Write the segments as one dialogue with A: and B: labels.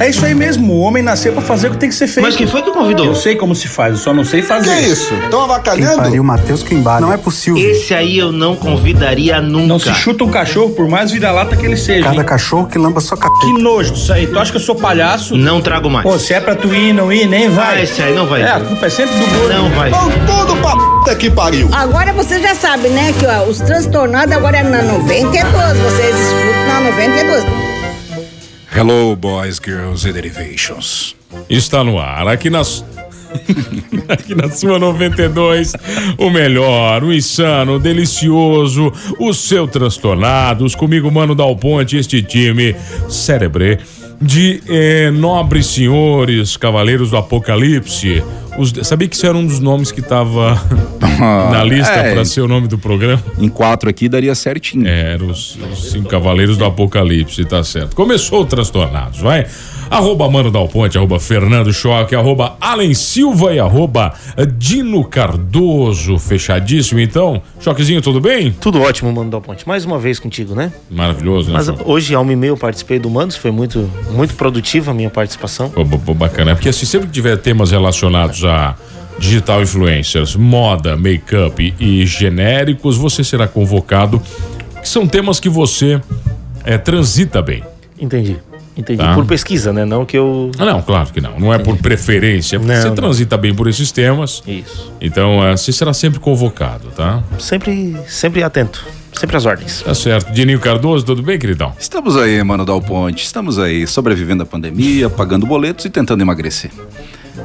A: É isso aí mesmo, o homem nasceu pra fazer o que tem que ser feito.
B: Mas quem foi que convidou?
A: Eu sei como se faz, eu só não sei
C: Que
A: fazer.
C: isso? Estão
D: Quem pariu,
C: avacalhando?
D: Matheus Quimbara. Não é possível.
B: Esse aí eu não convidaria nunca.
A: Não se chuta um cachorro, por mais vira-lata que ele seja.
D: Cada
A: hein?
D: cachorro que lamba sua cacete.
A: Que nojo disso aí. Tu acha que eu sou palhaço?
B: Não trago mais.
A: Pô, se é pra tu ir, não ir, nem vai.
B: Ah, esse aí não vai.
A: É, a culpa é sempre do gordo.
B: Não vai.
C: Estão tudo pra puta que pariu.
E: Agora você já sabe, né? Que ó, os transtornados agora é na 92. Vocês escutam na 92.
F: Hello, boys, girls e derivations. Está no ar, aqui na, su- aqui na sua 92, o melhor, o insano, o delicioso, o seu transtornados, comigo, Mano Dal Ponte, este time cérebre de eh, nobres senhores, cavaleiros do apocalipse. Os, sabia que isso era um dos nomes que tava na lista
G: é.
F: para ser o nome do programa?
G: Em quatro aqui daria certinho.
F: É, eram os, os cinco cavaleiros do apocalipse, tá certo. Começou o Transtornados, vai? Arroba Mano Dal Ponte, arroba Fernando Choque, arroba Alen Silva e arroba Dino Cardoso, fechadíssimo então. Choquezinho, tudo bem?
B: Tudo ótimo, Mano Dal Ponte. Mais uma vez contigo, né?
F: Maravilhoso, né?
B: Mas
F: Choque?
B: hoje, ao e-mail, participei do Manos. Foi muito, muito produtiva a minha participação.
F: Pô, pô, pô, bacana, É porque se sempre que tiver temas relacionados a digital influencers, moda, make-up e genéricos, você será convocado, que são temas que você eh, transita bem.
B: Entendi. Entendi.
F: Tá.
B: Por pesquisa, né? Não que eu.
F: Ah, Não, claro que não. Não é por preferência. é porque
B: Não,
F: você
B: não.
F: transita bem por esses temas.
B: Isso.
F: Então, eh, você será sempre convocado, tá?
B: Sempre, sempre atento. Sempre às ordens.
F: Tá certo. Dininho Cardoso, tudo bem, queridão?
G: Estamos aí, mano Dal Ponte. Estamos aí sobrevivendo à pandemia, pagando boletos e tentando emagrecer.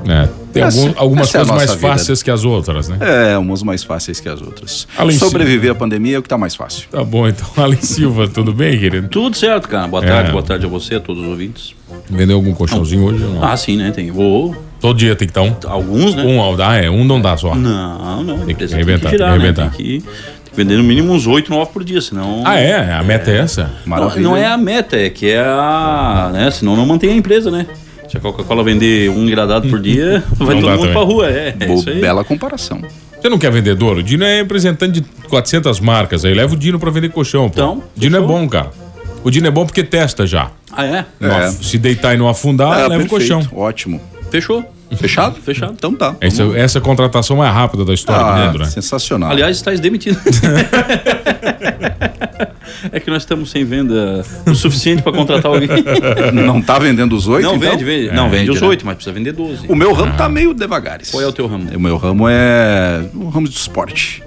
F: É, tem
G: Essa-
F: algum- algumas
G: essa é a
F: coisas mais
G: nossa vida.
F: fáceis que as outras, né?
G: É, umas mais fáceis que as outras.
H: Ah,
F: Além de-
G: Sobreviver à pandemia é o que tá mais fácil.
F: Tá bom, então. Alan Silva, tudo bem, querido?
H: Tudo certo, cara. Boa
F: É.
H: tarde, boa tarde a você, a todos os ouvintes.
F: Vendeu algum colchãozinho hoje? ou Não.
H: Ah, sim, né? Tem. Vou.
F: Todo dia tem que estar um.
H: Alguns, né?
F: Um, ao- ah, é, um não dá só.
H: Não, não. a
F: Tem que
H: empresa
F: arrebentar,
H: girar,
F: tem que
H: né?
F: arrebentar.
H: Tem que, tem que vender no mínimo uns 8, 9 por dia, senão.
F: Ah, é? A meta é essa?
H: Não,
G: Maravilha.
H: não é a meta, é que é a. Né? Senão não mantém a empresa, né? Se a Coca-Cola vender um engradado por dia, vai
F: Não
H: todo
F: dá
H: mundo
F: também.
H: pra rua. É, é
G: Bo-
H: isso aí.
G: Bela comparação.
F: Você não quer vendedor? O Dino é representante de 400 marcas aí. Leva o Dino pra vender colchão, pô.
H: Então,
F: Dino é
H: fechou.
F: bom, cara. O Dino é bom porque testa já.
H: Ah, é?
G: É.
F: Não af- Se deitar e não afundar,
G: Ah,
F: leva o colchão.
G: Ótimo.
H: Fechou.
G: Fechado?
H: Fechado.
G: Então tá.
F: Essa, essa é a contratação mais rápida da história do
G: Ah,
F: mundo, né?
G: sensacional.
H: tá Aliás, está demitido. é que nós estamos sem venda o suficiente pra contratar alguém.
G: não tá vendendo os oito,
H: não
G: então?
H: vende, vende. não,
G: É,
H: vende os
G: né?
H: oito, mas precisa vender 12.
G: O meu ramo tá meio devagares.
H: Qual é o teu ramo?
G: O meu ramo é o ramo de esporte.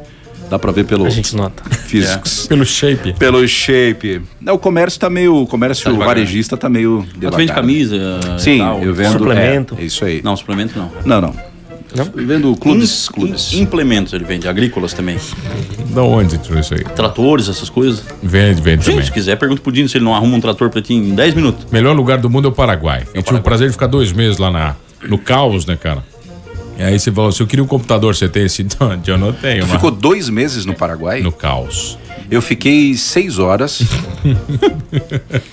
G: Dá pra ver pelo
B: A gente nota.
H: É.
G: físicos.
F: Pelo shape.
G: Pelo shape. É, O comércio tá meio. O comércio
H: Tá devagar.
G: varejista tá meio
H: Ah,
G: devagar.
H: tu vende camisa? e
G: Sim,
H: tal?
G: eu vendo.
B: Suplemento.
G: É, é isso aí.
H: Não, suplemento não.
G: não. não.
B: Não?
G: Eu vendo clubes.
H: Im-
G: clubes.
H: im- Implementos ele vende, agrícolas também.
F: Da onde tirou isso aí?
H: Tratores, essas coisas.
F: Vende,
H: Gente,
F: vende
H: se
F: também.
H: quiser, pergunta pro Dino se ele não arruma um trator pra ti em 10 minutos.
F: Melhor lugar do mundo é o Paraguai. Eu tive o prazer de ficar dois meses lá na, no caos, né, cara? E aí você falou assim, eu queria um computador, você tem esse? Não, eu não tenho, mas...
G: Ficou dois meses no Paraguai.
F: No caos.
G: Eu fiquei seis horas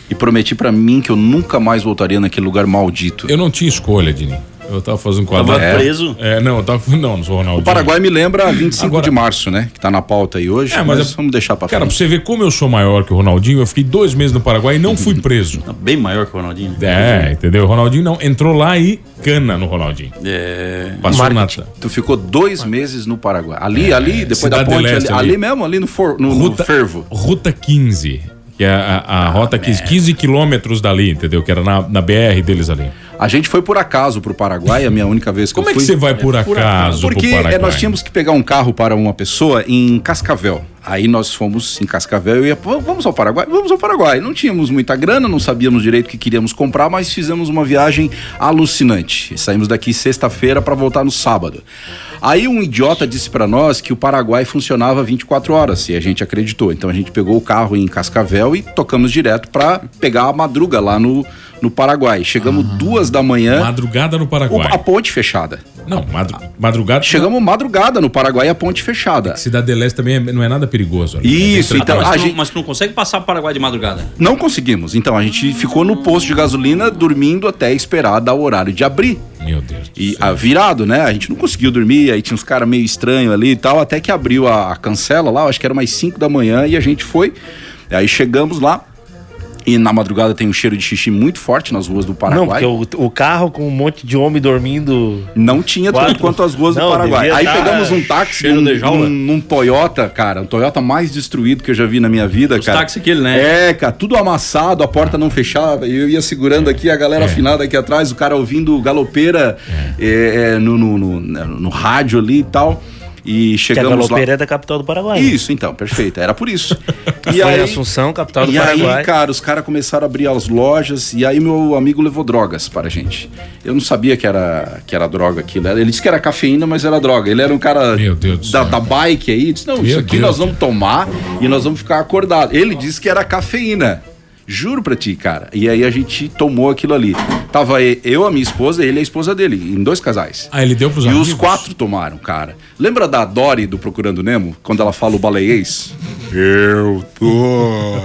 G: e prometi pra mim que eu nunca mais voltaria naquele lugar maldito.
F: Eu não tinha escolha, Dini. Eu tava fazendo um
H: Tava
F: quadrado.
H: preso.
F: É, não, eu tava... Não, não sou Ronaldo.
G: O Paraguai me lembra 25
F: Agora-
G: de março, né? Que tá na pauta aí hoje.
F: É, mas
G: mas
F: eu-
G: vamos deixar pra
F: Cara, é pra
G: frente.
F: você ver como eu sou maior que o Ronaldinho, eu fiquei dois meses no Paraguai e não fui preso.
H: Tá Bem maior que o Ronaldinho.
F: É, entendeu? O Ronaldinho não. Entrou lá e cana no Ronaldinho.
H: É.
F: Passou
B: Marketing.
F: na...
G: Tu ficou dois meses no Paraguai. Ali, ali, depois
F: É, Cidade
G: da ponte,
F: Leste
G: ali,
F: ali.
G: ali mesmo, ali no, for, no, no
F: Ruta,
G: fervo.
F: Ruta 15. Que é a, a rota 15, 15 quilômetros dali, entendeu? Que era na, na BR deles ali.
G: A gente foi por acaso pro Paraguai, a minha única vez que
F: Como
G: eu
F: é que
G: fui.
F: você vai por acaso
G: Porque
F: pro
G: é,
F: Paraguai?
G: nós tínhamos que pegar um carro para uma pessoa em Cascavel. Aí nós fomos em Cascavel, eu ia, "Pô, vamos ao Paraguai? Vamos ao Paraguai. Não tínhamos muita grana, não sabíamos direito o que queríamos comprar, mas fizemos uma viagem alucinante. Saímos daqui sexta-feira para voltar no sábado. Aí um idiota disse para nós que o Paraguai funcionava 24 horas, e a gente acreditou. Então a gente pegou o carro em Cascavel e tocamos direto para pegar a madruga lá no, no Paraguai. Chegamos
F: Ah,
G: duas da manhã,
F: Madrugada no
G: o- a
F: Paraguai.
G: ponte fechada.
F: Não, madru- madrugada.
G: Chegamos madrugada no Paraguai, a ponte fechada.
F: Cidade de Leste também é- não é nada perigoso. né?
G: Isso,
F: Tem
G: então
F: tranquilo.
G: a
H: mas, tu
G: gente
H: não, mas tu não consegue passar pro Paraguai de madrugada.
G: não conseguimos. Então a gente ficou no posto de gasolina dormindo até esperar dar o horário de abrir.
F: Meu Deus. do
G: E
F: céu.
G: ah, virado, né? A gente não conseguiu dormir, aí tinha uns caras meio estranhos ali e tal, até que abriu a, a cancela lá, acho que era umas 5 da manhã, e a gente foi. Aí chegamos lá, e na madrugada tem um cheiro de xixi muito forte nas ruas do
B: Não,
G: Paraguai.
B: porque
G: Não,
B: o, o carro com um monte de homem dormindo.
G: tinha
B: Quatro.
G: tanto quanto as ruas
B: Não,
G: do Paraguai.
B: devia
G: Aí
B: tá
G: pegamos um táxi,
H: cheiro
G: um,
H: de jaula.
G: um, num Toyota, cara, um Toyota mais destruído que eu já vi na minha vida,
H: Os
G: cara.
H: táxi aquele, né?
G: É, cara, tudo amassado, a porta não fechava, e eu ia segurando aqui a galera afinada aqui atrás, o cara ouvindo galopeira é, é, no, no, no- no rádio ali e tal. E
B: Que a
G: chegamos lá.
B: galopeira é da capital do Paraguai.
G: Isso, então, perfeito. Era por isso.
B: Foi em Assunção, capital do
G: e
B: Paraguai.
G: aí, cara, os caras começaram a abrir as lojas e aí meu amigo levou drogas para a gente. Eu não sabia que era, que era droga aquilo. Ele disse que era cafeína, mas era droga. Ele era um cara
F: Meu Deus do
G: da,
F: céu,
G: da
F: cara.
G: bike aí. Disse, não,
F: Meu
G: isso aqui
F: Deus.
G: nós vamos tomar e nós vamos ficar acordados. Ele disse que era cafeína. Juro pra ti, cara. E aí a gente tomou aquilo ali. Tava e- eu, a minha esposa, ele e a esposa dele, em dois casais.
F: Ah, ele deu pros
G: E
F: amigos?
G: os quatro tomaram, cara. Lembra da Dory do Procurando Nemo? Quando ela fala o baleiês? Eu tô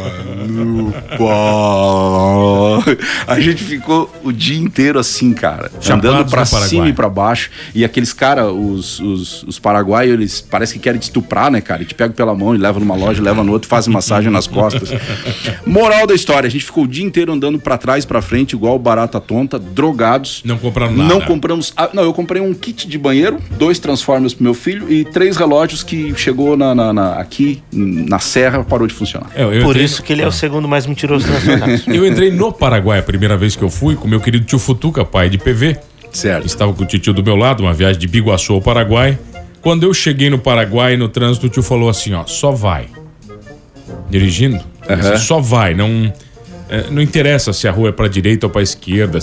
G: no pau. A gente ficou o dia inteiro assim, cara.
F: Chapados
G: andando pra
F: no Paraguai.
G: cima e pra baixo. E aqueles caras, os, os, os paraguaios, eles parece que querem te estuprar, né, cara? E te pega pela mão e leva numa loja, leva no outro, faz massagem nas costas. Moral da história, a gente ficou o dia inteiro andando pra trás, pra frente, igual barata tonta, drogados.
F: Não compraram nada.
G: Não compramos. ah, Não, eu comprei um kit de banheiro, dois Transformers pro meu filho e três relógios que chegou na, na- na- aqui na serra parou de funcionar.
F: É, eu
B: Por
F: entrei-
B: isso que ele é o segundo mais mentiroso do nacional.
F: Eu entrei no Paraguai a primeira vez que eu fui com meu querido tio Futuca, pai de PV.
G: Certo.
F: Estava com o tio do meu lado, uma viagem de Biguaçu ao Paraguai. Quando eu cheguei no Paraguai, no trânsito, o tio falou assim, ó, só vai. Dirigindo. ele disse, Só vai, não... é, não interessa se a rua é pra direita ou pra esquerda.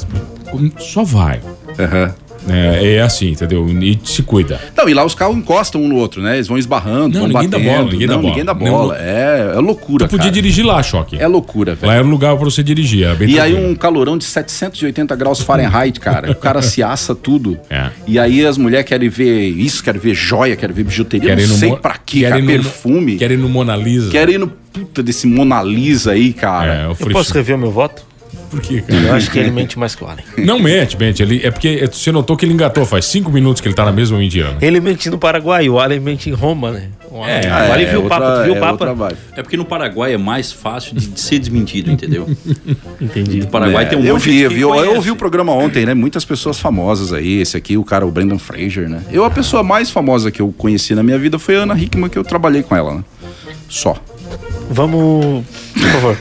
F: Só vai.
G: Aham.
F: É, é assim, entendeu? E se cuida.
G: Não, e lá os carros encostam um no outro, né? Eles vão esbarrando,
F: Não,
G: vão
F: ninguém dá
G: batendo.
F: bola, ninguém dá
G: não,
F: bola.
G: ninguém dá
F: Nem
G: bola.
F: lou-
G: É, é loucura,
F: Tu podia
G: cara.
F: dirigir lá, Choque.
G: É loucura, velho.
F: Lá era o lugar pra você dirigir, era bem
G: E aí
F: tranquilo.
G: um calorão de 780 graus Fahrenheit, cara. O cara se assa tudo.
F: É.
G: E aí as mulheres querem ver isso, querem ver joia, querem ver bijuteria,
F: Quero ir
G: não
F: no
G: sei
F: Mo-
G: pra quê,
F: quero
G: cara,
F: ir no-
G: perfume.
F: Quero ir no Mona Lisa.
G: Querem ir no puta desse Mona Lisa aí, cara.
F: É, eu
B: Eu
F: falei,
B: posso rever o meu voto?
F: por quê,
B: Eu
F: cara?
B: acho que ele mente mais que o Allen.
F: Não mente, mente. Ele, é porque é, você notou que ele engatou. Faz cinco minutos que ele tá na mesma mentira, né?
B: Ele mente no Paraguai, o Allen mente em Roma, né? O Allen-
F: É,
B: o Allen viu o
G: outra-
B: Papa, tu viu
G: Ah, é
B: o Papa?
G: outra vibe.
H: É porque no Paraguai é mais fácil de, de ser desmentido, entendeu?
B: Entendi.
H: No Paraguai
G: É,
H: tem um
G: eu
H: monte
G: vi,
H: de gente
G: eu vi,
H: que
G: eu, eu
H: conhece.
G: ouvi o programa ontem, né? Muitas pessoas famosas aí. Esse aqui, o cara, o Brendan Fraser, né? Eu, a pessoa mais famosa que eu conheci na minha vida foi a Ana Hickman, que eu trabalhei com ela, né? Só.
B: Vamos. Por favor.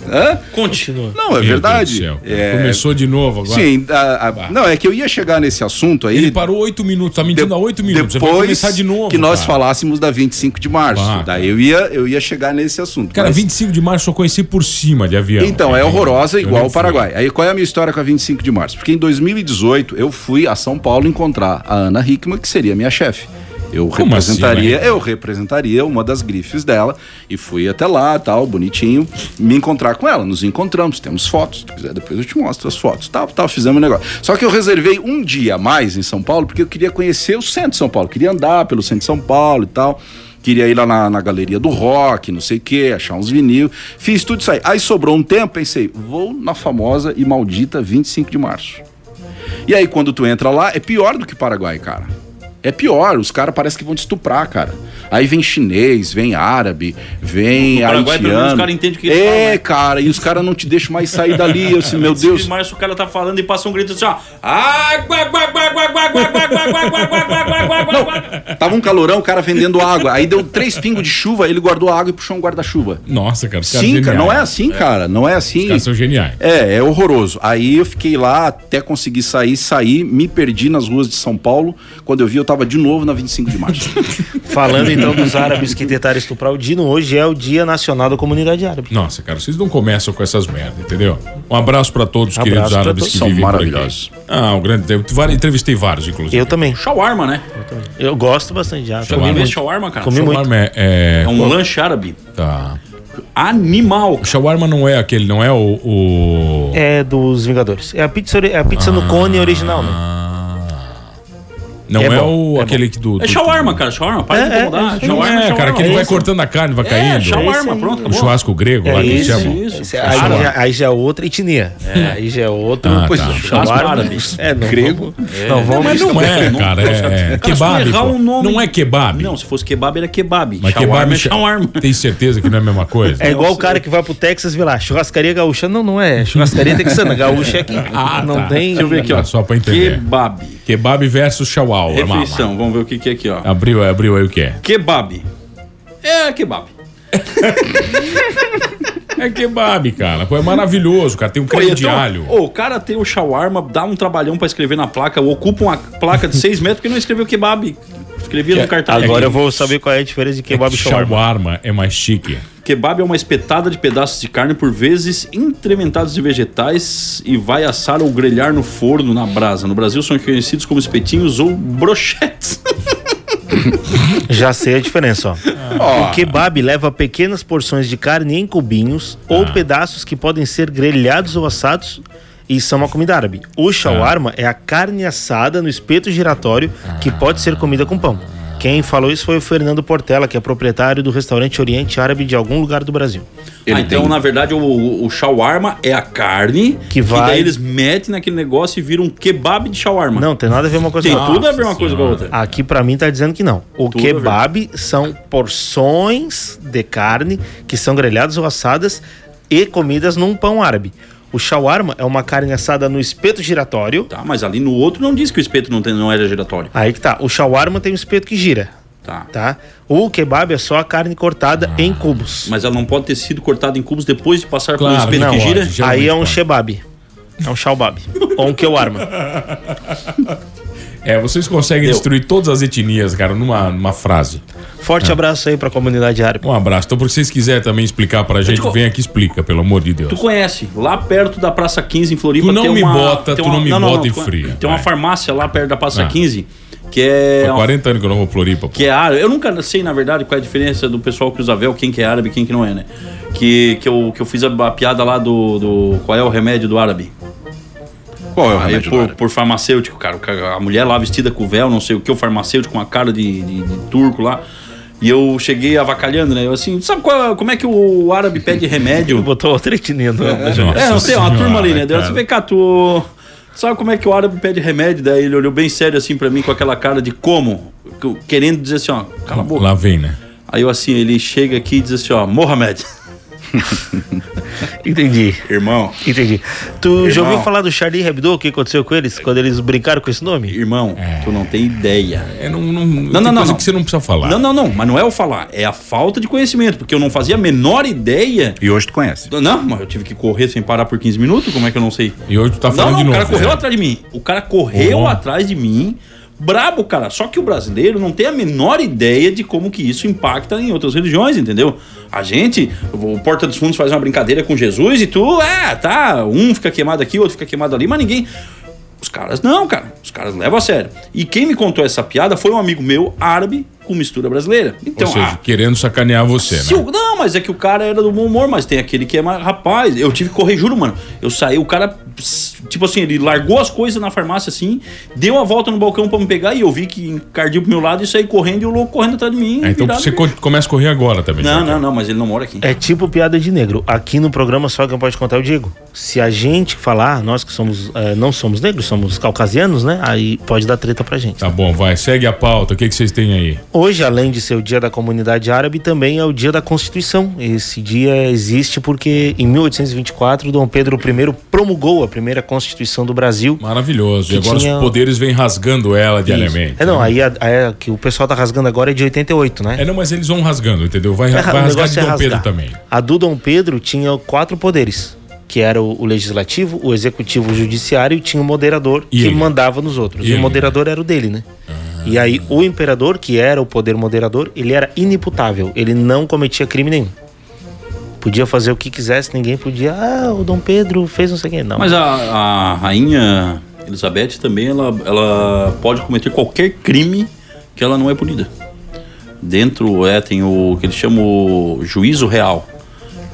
H: Conte.
B: Continua.
G: Não, é
F: Meu
G: verdade.
F: Deus do céu.
G: É,
F: Começou de novo agora.
G: Sim, a- a- não, é que eu ia chegar nesse assunto aí.
F: Ele parou oito minutos, tá mentindo há oito minutos. Você vai
G: Depois
F: começar de novo.
G: que nós
F: cara.
G: falássemos da 25 de março.
F: Ah,
G: Daí eu ia, eu ia chegar nesse assunto.
F: Cara,
G: mas-
F: 25 de março eu conheci por cima de avião.
G: Então, é
F: Entendeu?
G: horrorosa
F: Eu
G: igual
F: nem
G: o
F: fui.
G: Paraguai. Aí qual é a minha história com a 25 de março? Porque em 2018 eu fui a São Paulo encontrar a Ana Hickman, que seria minha chefe. Eu
F: Como
G: representaria,
F: assim, né?
G: eu representaria uma das grifes dela e fui até lá, tal, bonitinho, me encontrar com ela. Nos encontramos, temos fotos, se quiser depois eu te mostro as fotos, tal, tal, fizemos um negócio. Só que eu reservei um dia a mais em São Paulo porque eu queria conhecer o centro de São Paulo, queria andar pelo centro de São Paulo e tal. Queria ir lá na, na galeria do rock, não sei o quê, achar uns vinil. Fiz tudo isso aí. Aí sobrou um tempo, pensei, vou na famosa e maldita 25 de março. E aí, quando tu entra lá, é pior do que Paraguai, cara. É pior, os caras parecem que vão te estuprar, cara. Aí vem chinês, vem árabe, vem
H: No Paraguai, pelo
G: haitiano.
H: menos, os cara entende o que eles
G: É,
H: falam, né?
G: cara, e os caras não te deixam mais sair dali. Eu disse, meu Deus.
H: Mas o cara tá falando e passa um grito assim, ó. Água, água, água, água, água, água, água, água, água, água, água, água, água, água, água.
G: Tava um calorão, o cara vendendo água. Aí deu três pingos de chuva, ele guardou a água e puxou um guarda-chuva.
F: Nossa, cara. os caras
G: Sim, cara,
F: geniais.
G: não é assim, cara. Não é
F: Os
G: assim.
F: caras são geniais.
G: É, é horroroso. Aí eu fiquei lá até conseguir sair, saí, me perdi nas ruas de São Paulo. Quando eu vi, eu tava de novo na 25 de março.
B: Falando em então dos árabes que tentaram estuprar o Dino, hoje é o Dia Nacional da Comunidade Árabe.
F: Nossa, cara, vocês não começam com essas merdas, entendeu? Um abraço pra todos, os
B: Abraço
F: queridos
B: pra
F: árabes
B: todos.
F: que
G: São
F: vivem por aqui.
G: maravilhosos.
F: Ah, um grande tempo. Vari- Entrevistei vários, inclusive.
B: Eu também.
H: Shawarma, né?
B: Eu gosto bastante de árabe.
H: Já comi
B: Comi
H: vez
B: muito.
H: shawarma, cara.
B: Comi muito.
F: Shawarma é, é-
H: É um lanche árabe.
G: Então-
F: Tá.
H: Animal.
F: O shawarma não é aquele, não é o. o-
B: É dos Vingadores. É a pizza, ori- é a pizza no cone original, né?
F: Não é,
B: é bom,
F: o
B: é
F: aquele que do, do.
H: É shawarma, cara. Shawarma.
B: É,
H: Para de
B: é,
H: incomodar.
B: é,
F: Não
H: shawarma,
F: é,
H: shawarma.
F: cara, que ele vai
H: Isso.
F: cortando a carne, vai
H: É,
F: caindo.
H: shawarma. Pronto,
F: O
H: acabou.
F: Um churrasco grego lá
B: É
F: que eles
B: isso,
F: chamam.
H: Isso.
B: Aí,
F: Shawarma.
B: já, aí já é outra etnia. Aí já é outro.
F: Ah,
G: Pois
F: tá.
G: é,
H: Churrasco
B: Shawarma.
H: árabe.
B: É, não
G: grego.
B: vamos- Não, vamos.
F: Mas não é,
H: Não,
F: cara. É, é
H: Cara, se tu
F: kebab.
H: errar
F: pô.
H: o nome-
F: Não é kebab.
H: Não, se fosse kebab era kebab.
F: Mas
H: shawarma
F: kebab
H: é shawarma.
F: Tem certeza que não é a mesma coisa?
B: É igual o cara que vai pro Texas e vê lá, churrascaria gaúcha. Não, não é. Churrascaria texana. Gaúcha é aqui.
F: Ah,
B: não
F: tá.
B: tem.
H: Deixa eu ver aqui,
F: Tá,
H: ó.
F: só pra entender.
H: Kebab.
F: Kebab versus shawarma.
H: Refeição. Vamos ver o que que é aqui, ó.
F: Abriu, abriu aí o que é?
H: Kebab. É kebab.
F: É kebab, cara. Pô, é maravilhoso, cara. Tem um creme
H: Pô,
F: de
H: então,
F: alho.
H: ô, o cara tem o shawarma, dá um trabalhão pra escrever na placa, ocupa uma placa de 6 metros porque não escreveu kebab. Escrevia
F: Que-
H: no cartaz.
B: Agora eu vou saber qual é a diferença de kebab e shawarma.
F: Shawarma é mais chique.
H: Kebab é uma espetada de pedaços de carne, por vezes incrementados de vegetais, e vai assar ou grelhar no forno, na brasa. No Brasil são conhecidos como espetinhos ou brochetes.
I: Já sei a diferença, ó. O kebab Ah. leva pequenas porções de carne em cubinhos ou pedaços que podem ser grelhados ou assados e são uma comida árabe. O shawarma é a carne assada no espeto giratório que pode ser comida com pão. Quem falou isso foi o Fernando Portela, que é proprietário do restaurante Oriente Árabe de algum lugar do Brasil.
H: Ah,
G: Ele
H: então,
G: tem-
H: na verdade, o, o shawarma é a carne
I: Que vai-
H: daí eles metem naquele negócio e viram um kebab de shawarma.
I: Não, tem nada a ver uma coisa
H: tem
I: com a outra.
H: tudo a ver uma coisa com a outra.
I: Aqui pra mim tá dizendo que não. O
H: Tudo a ver.
I: kebab são porções de carne que são grelhadas ou assadas e comidas num pão árabe. O shawarma é uma carne assada no espeto giratório.
H: Tá, mas ali no outro não diz que o espeto não, tem, não era giratório.
I: Aí que tá. O shawarma tem um espeto que gira,
H: Tá.
I: tá? O kebab é só a carne cortada em cubos.
H: Ah, Mas ela não pode ter sido cortada em cubos depois de passar
F: Claro,
H: pelo espeto
F: não
H: que
F: pode.
H: gira?
F: Já- geralmente
I: Aí é um
F: pode.
I: shebab. É um shaubab. ou um kewarma.
F: É, vocês conseguem
H: Eu.
F: destruir todas as etnias, cara, numa, numa frase.
H: Ah.
I: Forte abraço aí pra comunidade árabe.
F: Um abraço. Então, porque vocês quiserem também explicar pra gente,
H: co-
F: vem aqui e explica, pelo amor de Deus.
H: Tu conhece, lá perto da Praça 15 em Floripa
F: Tu não
H: tem
F: me
H: uma,
F: bota,
H: tem
F: tu não me bota em
H: tu-
F: frio,
H: Tem uma
F: vai.
H: farmácia lá perto da Praça
F: Ah.
H: 15 que é
F: Há 40 anos que eu não vou a Floripa. pô.
H: que é árabe. Eu nunca sei, na verdade, qual é a diferença do pessoal que usa véu, quem que é árabe e quem que não é, né? Que, que, eu, que eu fiz a, a piada lá do, do. Qual é o remédio do árabe?
G: Qual é o
H: Aí
G: remédio do
H: por,
G: árabe?
H: por farmacêutico, cara. o cara- A mulher lá vestida com véu, não sei o que, o farmacêutico com a cara de, de- de turco lá. E eu cheguei avacalhando, né? Eu assim, sabe qual- como é que o árabe pede remédio?
I: Botou outra etnia no nome da jogada.
F: Nossa
H: É, não sei, uma
F: senhora,
H: turma ali, né? Daí eu
F: cara.
H: disse, vem cá, tu. Sabe como é que o árabe pede remédio? Daí ele olhou bem sério assim pra mim com aquela cara de como? Querendo dizer assim, ó, cala a boca.
F: Lá vem, né?
H: Aí eu assim, ele chega aqui e diz assim, ó, Mohamed.
I: Entendi.
H: Irmão.
I: Entendi. Tu já ouviu falar do Charlie Hebdo? O que aconteceu com eles quando eles brincaram com esse nome?
H: Irmão, tu não tem ideia.
F: É, não, não,
H: não,
F: É. tem
H: não,
F: coisa
H: não.
F: que você não precisa falar.
H: Não, não, não, mas não é o falar, é a falta de conhecimento, porque eu não fazia a menor ideia.
G: E hoje tu conhece.
H: Não, mas eu tive que correr sem parar por 15 minutos, como é que eu não sei?
F: E hoje tu tá
H: Não,
F: falando
H: não,
F: de
H: o
F: novo.
H: cara correu
F: né?
H: atrás de mim. O cara correu
F: Uhum.
H: atrás de mim. Brabo, cara. Só que o brasileiro não tem a menor ideia de como que isso impacta em outras religiões, entendeu? A gente, o Porta dos Fundos faz uma brincadeira com Jesus e tu, é, tá, um fica queimado aqui, outro fica queimado ali, mas ninguém. Os caras não, cara. Os caras levam a sério. E quem me contou essa piada foi um amigo meu, árabe, com mistura brasileira. Então,
F: Ou seja,
H: ah,
F: querendo sacanear você,
H: se
F: né?
H: o- não, mas é que o cara era do bom humor, mas tem aquele que é mais. Rapaz, eu tive que correr, juro, mano. Eu saí, o cara, ps- tipo assim, ele largou as coisas na farmácia assim, deu a volta no balcão pra me pegar e eu vi que encardiu pro meu lado e saí correndo e o louco correndo atrás de mim.
F: É, então
H: virado,
F: você
H: bicho.
F: co- começa a correr agora também.
H: Não,
F: né?
H: não, não, mas ele não mora aqui.
I: É tipo piada de negro. Aqui no programa só quem pode contar é o Diego. Se a gente falar, nós que somos eh, não somos negros, somos caucasianos, né? Aí pode dar treta pra gente.
F: Tá bom, vai. Segue a pauta. O que, que vocês têm aí?
I: Hoje, além de ser o Dia da Comunidade Árabe, também é o Dia da Constituição. Esse dia existe porque em 1824 Dom Pedro I promulgou a primeira Constituição do Brasil.
F: Maravilhoso. e
I: Que
F: agora
I: tinha- um-
F: os poderes vêm rasgando ela diariamente. né?
I: É não, aí a, a- a que o pessoal tá rasgando agora é de 88, né?
F: É, não, mas eles vão rasgando, entendeu? Vai,
I: É,
F: vai
I: o
F: rasgar de
I: negócio
F: Dom
I: é
F: Pedro
I: rasgar.
F: também.
I: A do Dom Pedro tinha quatro poderes. Que era o, o legislativo, o executivo, o judiciário e tinha o moderador
F: E
I: que
F: ele?
I: mandava nos outros.
F: E
I: E,
F: ele,
I: o moderador era o dele, né? E aí o imperador, que era o poder moderador, ele era inimputável, ele não cometia crime nenhum. Podia fazer o que quisesse, ninguém podia. Ah, o Dom Pedro fez não sei o quê. Não.
H: Ah, Mas a, a rainha Elizabeth também, ela, ela pode cometer qualquer crime que ela não é punida. Dentro é, tem o que eles chamam o juízo real,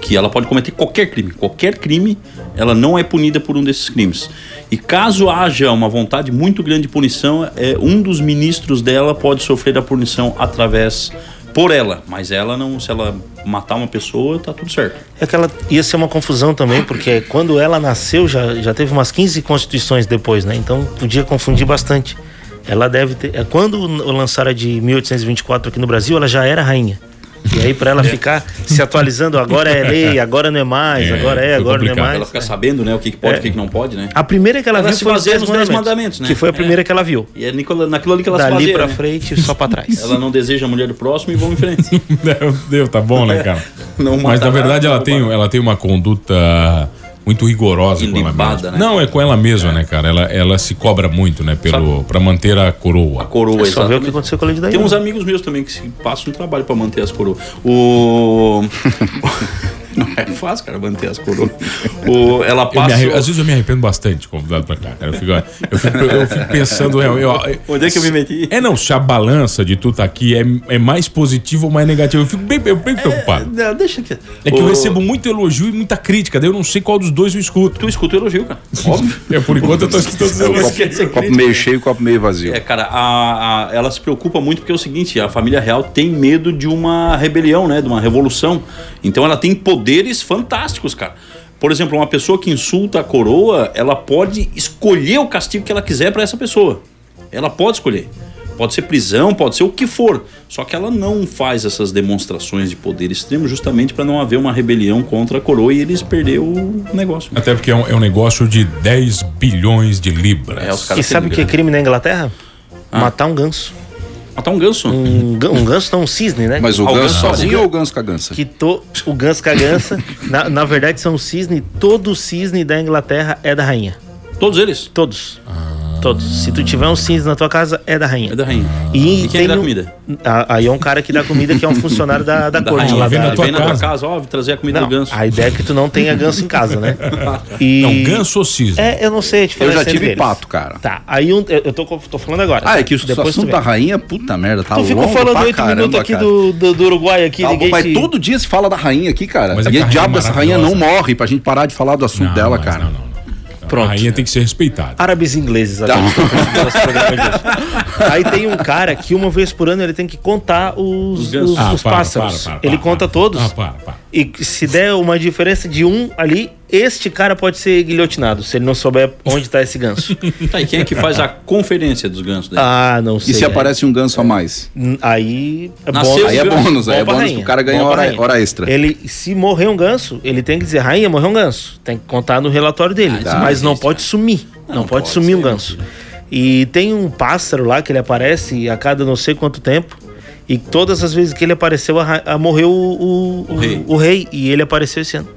H: que ela pode cometer qualquer crime. Qualquer crime, ela não é punida por um desses crimes. E caso haja uma vontade muito grande de punição, é, um dos ministros dela pode sofrer a punição através por ela. Mas ela não, se ela matar uma pessoa, tá tudo certo.
I: É que ela ia ser uma confusão também, porque quando ela nasceu já, já teve umas 15 constituições depois, né? Então podia confundir bastante. Ela deve ter. é, Quando lançaram a de 1824 aqui no Brasil, ela já era rainha. E aí, pra
F: É.
I: ela ficar se atualizando, agora é lei, agora não é mais,
F: É,
I: agora é,
F: foi
I: agora não é
F: complicado.
I: mais.
H: Ela fica sabendo, né, o que, que pode e o que, que não pode, né?
I: A primeira que ela,
H: Ela
I: viu
H: se
I: foi os
H: baseia
I: Dez
H: nos Dez
I: Mandamentos,
H: Mandamentos, né?
I: que foi a
H: É.
I: primeira que ela viu.
H: E é nicola- naquilo ali que ela se
I: Dali
H: baseia,
I: pra
H: né?
I: frente, só pra trás.
H: Ela não deseja a mulher do próximo e vamos em frente.
F: Meu Deus, tá bom, né, cara?
H: Não
F: Mas
H: mata
F: na verdade
H: nada,
F: ela tem, ela tem uma conduta muito rigorosa com ela
H: Ilibada,
F: mesma.
H: né?
F: Não, é com ela mesma, né, cara? Ela, ela se cobra muito, né, pelo para manter a coroa.
H: Coroa,
I: É só ver o que
H: exatamente.
I: aconteceu com a Lady né?
H: Tem
I: Diana.
H: uns amigos meus também que se passam um trabalho pra manter as coroas. O. Não é fácil, cara, manter as coroas. O... Ela
F: Eu me
H: passa.
F: arre- Às vezes eu me arrependo bastante de convidado pra cá, cara. Eu fico, eu fico, eu fico pensando. Eu, eu-
H: Onde é que eu me meti?
F: É, não, se a balança de tu tá aqui é, é mais positivo ou mais negativo. Eu fico bem, eu bem preocupado.
H: Não, deixa que.
F: É que eu recebo muito elogio e muita crítica, daí eu não sei qual dos dois eu escuto.
H: Tu escuta o elogio, cara. Óbvio.
F: É, por enquanto eu tô escutando os
H: Não
F: elogios.
H: esquece a
G: Copo
H: crítica.
G: meio cheio, copo meio vazio.
H: É, cara, a- a- ela se preocupa muito porque é o seguinte, a família real tem medo de uma rebelião, né? De uma revolução. Então ela tem poderes fantásticos, cara. Por exemplo, uma pessoa que insulta a coroa, ela pode escolher o castigo que ela quiser pra essa pessoa. Ela pode escolher. Pode ser prisão, pode ser o que for. Só que ela não faz essas demonstrações de poder extremo justamente pra não haver uma rebelião contra a coroa e eles perderem o negócio.
F: Até porque é um, é um negócio de 10 bilhões de libras.
H: É, os caras-
I: E sabe o que é crime na Inglaterra?
H: Ah.
I: Matar um ganso.
H: Matar um ganso.
I: Um, gan- um ganso não, um cisne, né?
G: Mas o
H: Ao
G: ganso
H: ganso
G: sozinho
H: sozinho.
G: ou o ganso com a gança?
I: Quitou o ganso com a gança. na, na verdade, são cisne. Todo cisne da Inglaterra é da rainha.
H: Todos eles.
I: Todos.
G: Ah.
I: Todos. Se tu tiver um cisne na tua casa, é da rainha.
H: É da rainha.
I: E,
H: E quem é que dá
I: um-
H: comida?
I: A- aí é um cara que dá comida que é um funcionário da, da,
H: Da
I: corte.
H: rainha.
I: lá
F: vem
I: da-
F: na tua
H: vem na tua
F: casa.
H: casa, ó, vou trazer tá a comida
I: Não,
H: do ganso.
I: a ideia é que tu não tenha ganso em casa, né? E...
F: Não, ganso ou cisne?
I: É, eu não sei a
G: Eu
I: diferença
G: já tive
I: entre eles.
G: pato, cara.
I: Tá, aí um, eu eu tô, co- tô falando agora.
G: Ah, é que o
I: Depois tu
G: assunto
I: vê.
G: da rainha, puta merda, tá
I: Tu
G: longo
I: ficou falando
G: pra
I: oito
G: caramba,
I: minutos aqui
G: cara.
I: do, do, do Uruguai aqui,
G: Tá bom,
I: ninguém
G: mas
I: te-
G: todo dia se fala da rainha aqui, cara.
F: Mas é
G: e
F: que
G: o
F: a
G: diabo
F: rainha é
G: dessa rainha não
F: maravilhosa.
G: morre pra gente parar de falar do assunto
F: Não,
G: dela,
F: Ah, mas
G: cara.
F: Não, não, não.
I: Pronto.
F: A rainha tem que ser respeitada.
I: Árabes e ingleses agora. Aí tem um cara que uma vez por ano ele tem que contar os, os,
H: gansos.
F: Ah,
I: os
F: para,
I: pássaros.
F: para, para,
I: ele
F: para,
I: conta
F: para.
I: todos.
F: Ah, para, para.
I: E se der uma diferença de um ali, este cara pode ser guilhotinado, se ele não souber onde tá esse ganso.
H: Tá, e quem é que faz a conferência dos gansos? daí?
I: ah, não sei.
G: E se aparece um
F: É.
G: ganso a mais?
I: N- Aí é
H: Nasceu
I: bônus.
H: Aí é
G: bônus, aí é
I: pra
G: bônus
I: rainha,
G: pro cara ganhar
I: bom pra
G: hora-
I: rainha.
G: hora extra.
I: Ele, se morrer um ganso, ele tem que dizer, rainha, morreu um ganso. Tem que contar no relatório
G: Ah,
I: dele.
G: é
H: isso não
I: mas
H: existe,
I: não pode
H: cara.
I: sumir. Não,
H: não
I: pode,
H: pode,
I: sumir um
H: isso aí não
I: ganso. E tem um pássaro lá que ele aparece a cada não sei quanto tempo. E todas as vezes que ele apareceu, a ra- a- morreu o, o- o- o rei.
H: rei.
I: E ele apareceu esse ano.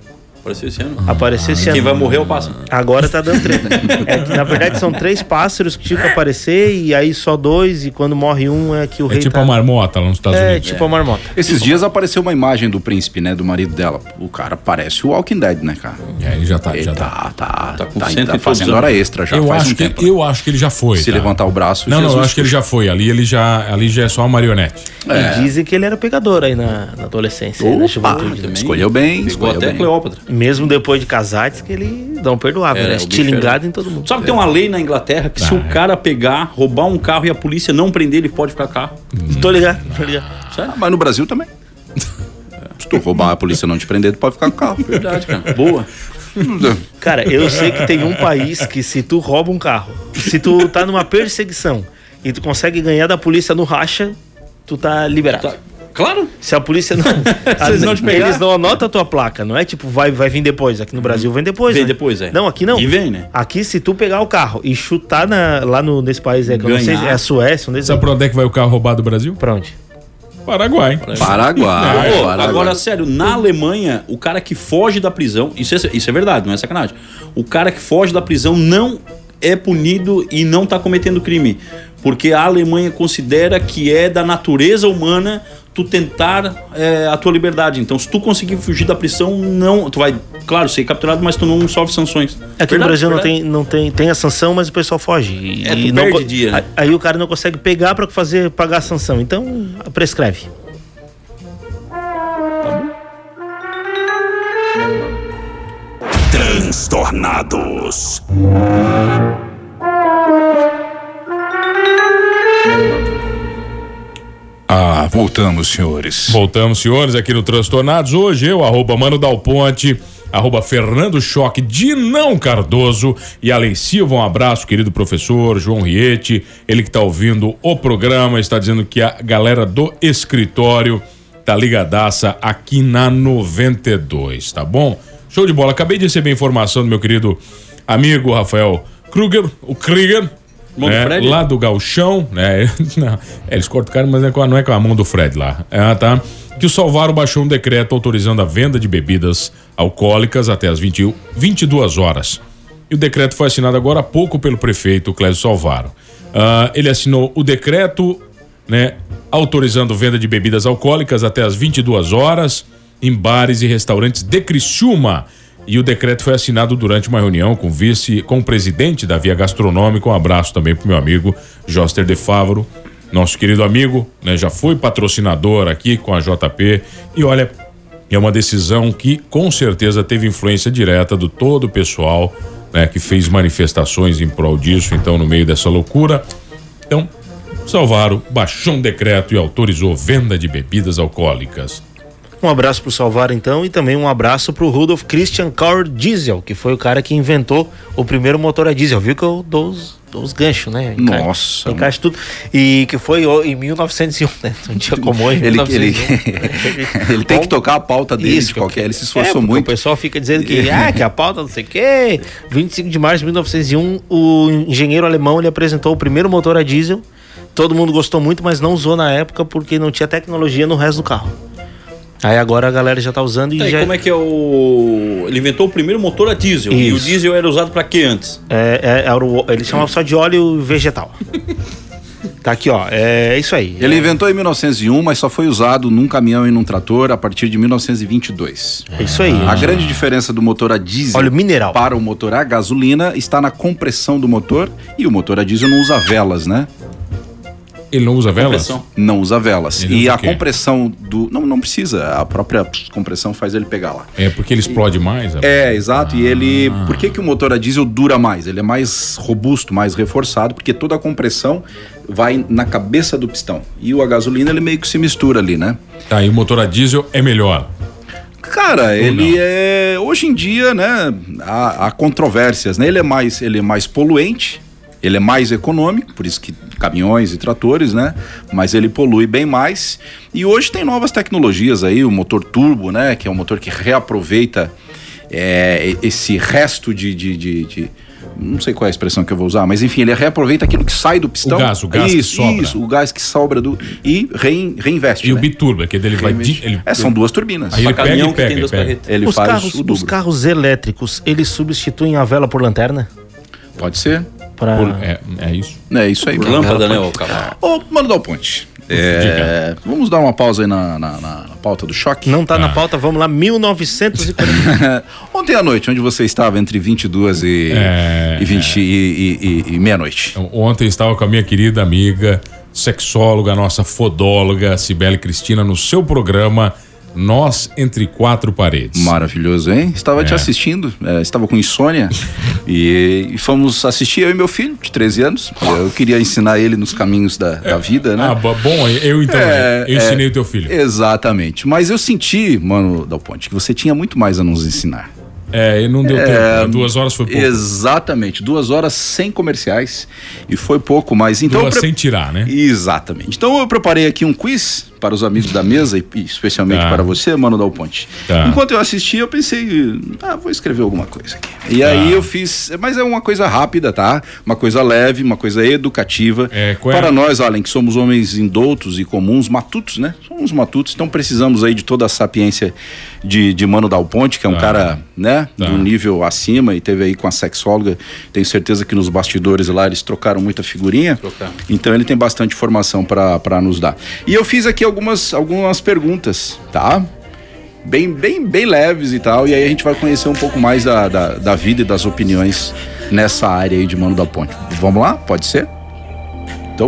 H: Apareceu esse ano.
I: Apareceu esse ano.
H: Quem vai morrer é o pássaro.
I: Agora tá dando treta. É que, na verdade, são três pássaros que tinham que aparecer, e aí só dois, e quando morre um é que o
F: É
I: rei
F: tipo
I: tá...
F: a marmota lá nos Estados
I: É,
F: Unidos.
I: tipo a marmota.
G: Esses dias apareceu uma imagem do príncipe, né? Do marido dela. O cara parece o Walking Dead, né, cara?
F: E aí já tá,
G: Ele
F: já tá.
G: tá, tá, tá,
H: com
G: tá,
H: cento e poucos
G: fazendo
H: anos.
G: hora extra já
F: Eu
G: faz
F: acho,
G: um
F: que,
G: tempo. né?
F: eu acho que ele já foi.
G: Se
F: tá?
G: levantar o braço...
F: Não, não, eu
G: Jesus
F: acho que ele já foi. Ali ele já, ali já é só uma marionete.
H: É.
I: E dizem que ele era pegador aí na, na adolescência, aí na
G: Opa,
I: juventude. né?
G: escolheu bem,
H: Pegou
G: escolheu
H: até
G: bem.
H: Cleópatra.
I: Mesmo depois de casar, diz que ele não perdoava,
H: Era,
I: né?
H: É, o bicho
I: Estilingado
H: era-
I: em todo mundo.
H: Sabe que tem uma lei na Inglaterra que se
F: Ah.
H: o cara pegar, roubar um carro e a polícia não prender, ele pode ficar com o carro.
I: Tô ligado, tô ligado.
G: Ah, mas no Brasil também. Se tu roubar a polícia não te prender, tu pode ficar com o carro.
H: Verdade, cara. Boa.
I: Cara, eu sei que tem um país que se tu rouba um carro, se tu tá numa perseguição e tu consegue ganhar da polícia no racha, tu tá liberado.
H: Tá. Claro.
I: Se a polícia não.
H: eles não te pegar? Uhum.
I: eles não anotam a tua placa, não é tipo, vai, vai vir depois. Aqui no Brasil vem depois.
H: Vem
I: né?
H: depois, é.
I: Não, aqui não.
H: E vem, né?
I: Aqui, se tu pegar o carro e chutar na- lá no, nesse país, é que eu não sei,
H: Ganhar.
I: é a Suécia, um desses.
F: Sabe pra onde é que vai o carro roubado do Brasil?
I: Pra onde?
F: Paraguai.
G: Paraguai,
H: Pô,
G: Paraguai.
H: agora, sério, na Alemanha, o cara que foge da prisão, isso é, isso é verdade, não é sacanagem. O cara que foge da prisão não é punido e não tá cometendo crime. porque a Alemanha considera que é da natureza humana tu tentar é, a tua liberdade. Então, se tu conseguir fugir da prisão, não, tu vai, claro, ser capturado, mas tu não sofre sanções.
I: Aqui
H: É Verdade,
I: no Brasil não
H: verdade.
I: tem, não tem, tem a sanção, mas o pessoal foge. E,
H: É, tu
I: e não
H: perde
I: co-
H: dia, né?
I: a- Aí o cara não consegue pegar pra fazer pagar a sanção. Então, prescreve.
C: Transtornados.
D: Ah, voltamos, senhores.
F: Voltamos, senhores, aqui no Transtornados. Hoje eu, arroba Mano Dal Ponte, arroba Fernando Choque, Dinão Cardoso e além Silva. Um abraço, querido professor João Riete. Ele que tá ouvindo o programa, está dizendo que a galera do escritório tá ligadaça aqui na 92, tá bom? Show de bola. Acabei de receber informação do meu querido amigo Rafael Kruger, o Krieger.
H: Mão do
F: né,
H: Fred?
F: Lá do Galchão, né? Não, eles cortam o cara, mas é com a- não é com a mão do Fred lá. Ah, tá. Que o Salvaro baixou um decreto autorizando a venda de bebidas alcoólicas até as um, 20, 22 horas. E o decreto foi assinado agora há pouco pelo prefeito Clésio Salvaro. Ah, ele assinou o decreto, né? Autorizando venda de bebidas alcoólicas até as 22 horas em bares e restaurantes de Criciúma. E o decreto foi assinado durante uma reunião com o vice, com o presidente da Via Gastronômica. Um abraço também pro meu amigo Joster de Favro, nosso querido amigo, né? Já foi patrocinador aqui com a JP. E olha, é uma decisão que com certeza teve influência direta do todo o pessoal, né? Que fez manifestações em prol disso, então, no meio dessa loucura. Então, Salvaro baixou um decreto e autorizou venda de bebidas alcoólicas.
I: Um abraço pro Salvar, então, e também um abraço pro Rudolf Christian Carl Diesel, que foi o cara que inventou o primeiro motor a diesel. Viu que eu dou os, dou os ganchos, né? Enca-
G: Nossa,
I: Encaixa tudo. E que foi ó, em 1901, né? Um dia como hoje.
G: Ele,
I: 1901.
G: ele- ele tem que tocar a pauta dele
I: tá Isso,
G: de
I: que eu
G: qualquer.
I: quero.
G: Ele se
I: É,
G: esforçou
I: porque O
G: muito.
I: pessoal fica dizendo que, ah, que a pauta não sei o quê. 25 de março de 1901, o engenheiro alemão ele apresentou o primeiro motor a diesel. Todo mundo gostou muito, mas não usou na época porque não tinha tecnologia no resto do carro. Aí agora a galera já tá usando e
H: Tá, e
I: já.
H: como é que é o. Ele inventou o primeiro motor a diesel. E o
I: Isso.
H: diesel era usado pra quê antes?
I: É, é, era o- ele chamava só de óleo vegetal. tá aqui, ó. É, isso aí.
G: Ele inventou em 1901, mas só foi usado num caminhão e num trator a partir de 1922.
I: É isso aí.
F: Ah.
G: A grande diferença do motor a diesel
I: Óleo mineral.
G: para o motor a gasolina está na compressão do motor e o motor a diesel não usa velas, né?
F: Ele não usa velas?
H: Compressão.
G: Não usa velas.
F: Ele
G: e
F: usa
G: a
F: o quê?
G: compressão do. Não, não precisa. A própria compressão faz ele pegar lá.
F: É porque ele explode mais?
G: É, exato. E ele.
F: Ah.
G: Por que, que o motor a diesel dura mais? Ele é mais robusto, mais reforçado, porque toda a compressão vai na cabeça do pistão. E o a gasolina, ele meio que se mistura ali, né?
F: Tá, e o motor a diesel é melhor.
G: Cara, ele
F: não?
G: é. Hoje em dia, né? Há, há controvérsias, né? Ele é, mais, ele é mais poluente, ele é mais econômico, por isso que caminhões e tratores, né? Mas ele polui bem mais. E hoje tem novas tecnologias aí, o motor turbo, né? Que é um motor que reaproveita é, esse resto de. de- de- de- não sei qual é a expressão que eu vou usar, mas enfim, ele reaproveita aquilo que sai do pistão.
F: gás, o gás que
G: isso,
F: sobra.
G: Isso, o gás que sobra do. E rein- reinveste.
F: E o
G: né?
F: biturbo, é que ele vai. di- Ele,
G: É, são duas turbinas.
F: Aí ele
H: Pra
F: pega
H: caminhão
F: e
H: que tem
F: pega. e
H: duas
F: pega.
H: carretas.
G: Ele
I: os,
G: faz
I: carros,
G: o
I: os
G: dobro.
I: carros elétricos, eles substituem a vela por lanterna?
G: Pode ser?
I: Pra...
F: Por- É, é isso.
G: É isso aí.
H: Por
G: mano.
H: lâmpada, né, ô cavalo?
G: Ô, Mano Dal Ponte. é, vamos dar uma pausa aí na, na- na- na pauta do choque.
I: Não tá na pauta, vamos lá, 1940.
G: Ontem à noite, onde você estava entre 22 e,
F: É,
G: e, 20 e, e- e- e meia-noite?
F: Então, Ontem estava com a minha querida amiga, sexóloga, nossa fodóloga, Cibele Cristina, no seu programa Nós Entre Quatro Paredes.
G: Maravilhoso, hein? Estava te assistindo, é, estava com insônia e, e fomos assistir eu e meu filho, de 13 anos. Eu queria ensinar ele nos caminhos da, da vida, né?
F: Ah, bo- bom, eu então,
G: É,
F: eu ensinei
G: é,
F: o teu filho.
G: Exatamente. Mas eu senti, mano Dal Ponte, que você tinha muito mais a nos ensinar.
F: É, e não deu tempo, né? duas horas foi pouco.
G: Exatamente, duas horas sem comerciais e foi pouco, mas então.
F: duas
G: eu pre-
F: sem tirar, né?
G: Exatamente. Então eu preparei aqui um quiz para os amigos da mesa, e e especialmente
F: Tá.
G: para você, Mano Dal Ponte.
F: Tá.
G: Enquanto eu assisti, eu pensei, ah, vou escrever alguma coisa aqui. E
F: Tá.
G: aí eu fiz, mas é uma coisa rápida, tá? Uma coisa leve, uma coisa educativa.
F: É, qual é?
G: para nós, além que somos homens indoutos e comuns, matutos, né? Somos matutos, então precisamos aí de toda a sapiência de, de Mano Dal Ponte, que é um
F: Tá.
G: cara, né,
F: Tá.
G: de um nível acima e teve aí com a sexóloga. Tenho certeza que nos bastidores lá eles trocaram muita figurinha. Então ele tem bastante formação para nos dar. E eu fiz aqui algumas, algumas perguntas, tá? Bem, bem, bem leves e tal. E aí a gente vai conhecer um pouco mais da, da, da vida e das opiniões nessa área aí de Mano Dal Ponte. Vamos lá? Pode ser? Então,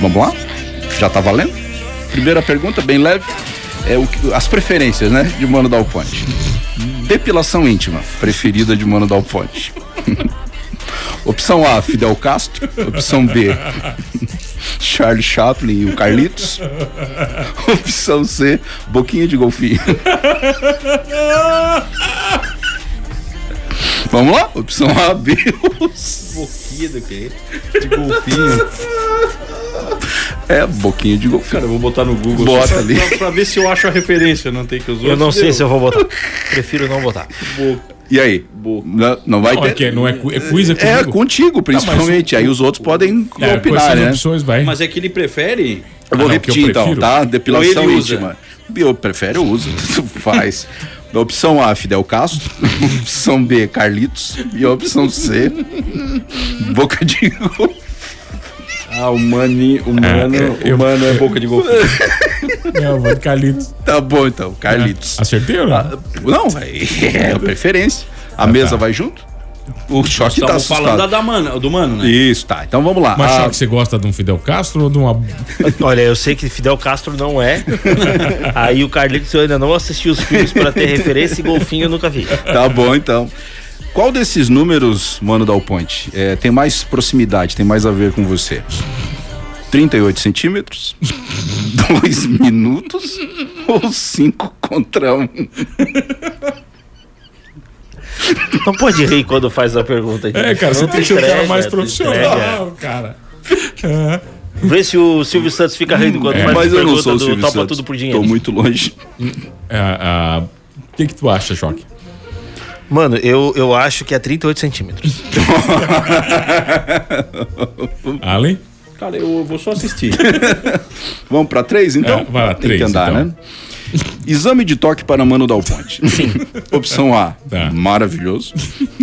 G: vamos lá? Já tá valendo? Primeira pergunta, bem leve, é o que- as preferências, né, de Mano Dal Ponte. Depilação íntima, preferida de Mano Dal Ponte. Opção A, Fidel Castro. Opção B, Charles Chaplin e o Carlitos. Opção C, Boquinha de Golfinho. Vamos lá? Opção A, B ou
H: Boquinha do quê? De golfinho.
G: É, boquinha de golfinho.
H: Cara, eu vou botar no Google.
G: Bota
H: só pra-
G: ali.
H: Pra, pra ver se eu acho a referência, não tem que usar.
I: Eu não sei se eu vou botar. Prefiro não botar.
G: E aí? Não, não vai
F: Não, é
G: ter.
F: que não é, cu- é quiz, é
G: É
F: comigo.
G: contigo, principalmente. aí os outros podem
F: É, com
G: opinar,
F: essas
G: né?
F: opções, vai.
H: Mas é que ele prefere.
G: Eu vou
F: Ah, não, que eu
G: repetir então,
F: prefiro.
G: tá? Depilação
H: Ou ele usa.
G: íntima. Eu prefiro uso, faz. Opção A, Fidel Castro. Opção B, Carlitos. E a opção C, Boca de Golfinho.
H: Ah, o mani, humano,
F: É, eu-
H: humano é boca de golfinho.
F: Não, É, vou de Carlitos.
G: Tá bom então, Carlitos.
F: Acertei ou não?
G: Não, é, é preferência.
F: Ah,
G: A
F: tá.
G: mesa vai junto? O choque tá
H: Estamos falando da,
G: assustado.
H: da mana, do mano, né?
G: Isso, tá. Então vamos lá.
F: Mas
G: A-
F: Choque, você gosta de um Fidel Castro ou de uma.
I: Olha, eu sei que Fidel Castro não é. Aí o Carlitos eu ainda não assisti os filmes pra ter referência e golfinho eu nunca vi.
G: Tá bom, então. Qual desses números, mano Dal Ponte, é, tem mais proximidade, tem mais a ver com você? 38 centímetros? 2 minutos? Ou 5 contra 1? Um?
I: Não Então pode rir quando faz a pergunta. gente.
F: É, cara, você
I: Não
F: tem que ser um cara
I: entrega,
F: mais
I: te entrega.
F: profissional, cara.
I: Vê se o Silvio Santos fica rindo quando faz
G: É. Mas
I: a
G: eu
I: pergunta
G: não sou o
I: do
G: Silvio
I: Topa
G: Santos.
I: Tudo por Dinheiro.
G: Tô muito longe.
F: É, ah, O que, que tu acha, Choque?
I: Mano, eu, eu acho que é 38 centímetros.
F: Allen?
H: Cara, eu vou só assistir.
G: Vamos pra 3, então?
F: É, vai lá,
G: tem
F: três,
G: que andar,
F: então.
G: né? Exame de toque para Mano Dal Ponte. Sim. Opção A,
F: Tá.
G: maravilhoso.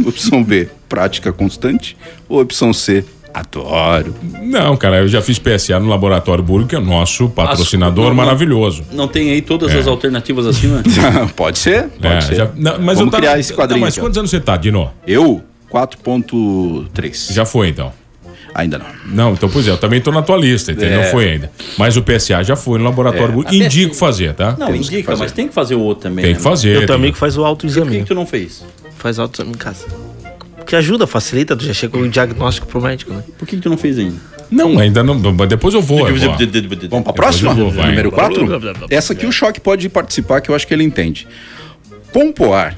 G: Opção B, prática constante. Ou opção C, adoro.
F: Não, cara, eu já fiz PSA no Laboratório Burgo, que é nosso patrocinador
H: As- não, não.
F: maravilhoso.
H: Não tem aí todas as alternativas acima?
G: pode ser, pode
F: É,
G: ser.
F: já- não, mas
G: Vamos
F: eu tava,
G: criar esse quadrinho. então.
F: Não, mas
G: aqui, ó.
F: quantos anos você tá, Dino?
G: Eu? 4.3.
F: Já foi, então.
G: Ainda não.
F: Não, então, pois é, eu também tô na tua lista, entendeu?
G: É.
F: Não foi ainda. Mas o PSA já foi no Laboratório Burgo. Indico fazer, tá?
H: Não,
G: Temos que
H: indica,
G: fazer.
H: mas tem que fazer o outro também.
F: Tem
H: né,
F: que
H: mano?
F: fazer.
I: Eu
F: tem-
I: também que faz o
H: Por que,
I: autoexame. né?
H: que tu não fez?
I: Faz autoexame em casa. Que ajuda, facilita, tu já chega com o diagnóstico pro médico, né?
H: Por que, que tu não fez ainda?
F: Não, ainda não. Mas depois eu vou. eu vou.
G: Vamos pra próxima?
F: Depois eu vou, vai.
G: Número 4? Essa aqui o Choque pode participar, que eu acho que ele entende. Pompoar.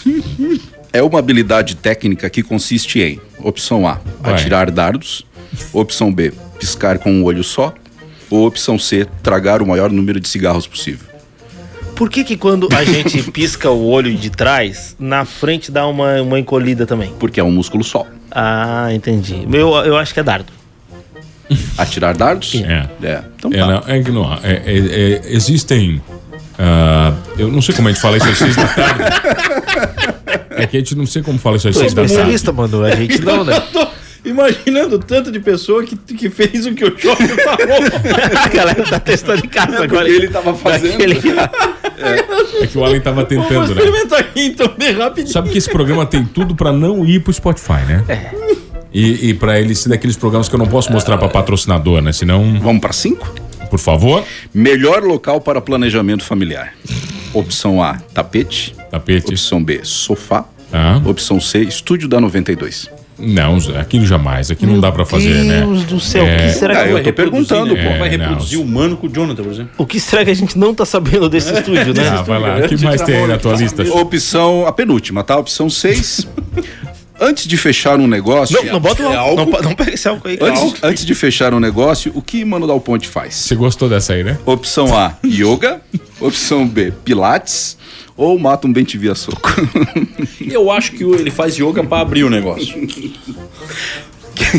G: É uma habilidade técnica que consiste em: opção A,
F: Vai.
G: atirar dardos. Opção B, piscar com um olho só. Ou opção C, tragar o maior número de cigarros possível.
I: Por que que quando a gente pisca o olho de trás, na frente dá uma, uma encolhida também?
G: Porque é um músculo só.
I: Ah, entendi. Eu, eu acho que é dardo.
G: Atirar dardos?
F: É.
G: É. Então
F: É,
G: tá.
F: não, é que não. é- é- é- existem. ah, eu não sei como a gente fala isso às seis da tarde. É que a gente não sei como fala isso às
I: Tu é
F: seis da tarde.
I: especialista, mano. A gente não, né?
H: Tô imaginando o tanto de pessoa que, que fez o que o Jorge falou.
I: a galera tá testando em casa agora.
G: ele tava fazendo.
F: É que o Alan tava
H: Vamos
F: tentando, né?
H: experimentar aqui então, bem rapidinho.
F: Sabe que esse programa tem tudo pra não ir pro Spotify, né? É. E, e pra ele ser daqueles programas que eu não posso mostrar pra patrocinador, né? Senão,
G: Vamos pra 5?
F: por favor,
G: Melhor local para planejamento familiar. Opção A, tapete.
F: tapete.
G: Opção B, sofá.
F: Ah.
G: Opção C, estúdio da 92.
F: Não, aquilo jamais. Aqui não dá pra fazer, né?
I: Deus do céu,
F: É.
I: o que será
G: Ah,
I: que
G: eu
I: vai-
G: tô perguntando,
F: pô.
H: né, Vai
F: É, não.
H: reproduzir o mano com o Jonathan, por exemplo.
I: O que será que a gente não tá sabendo desse estúdio, né?
F: Ah, vai lá. O que mais tem aí na tua lista?
G: Opção, a penúltima, tá? Opção 6. Antes de fechar um negócio.
I: Não, é não
H: É
I: bota o álcool. Não, pa- não pega esse álcool aí. cara.
G: Antes, antes de fechar um negócio, o que Mano Dal Ponte faz?
F: Você gostou dessa aí, né?
G: Opção A, yoga. Opção B, pilates. Ou mata um bente via soco.
H: Eu acho que ele faz yoga pra abrir o negócio.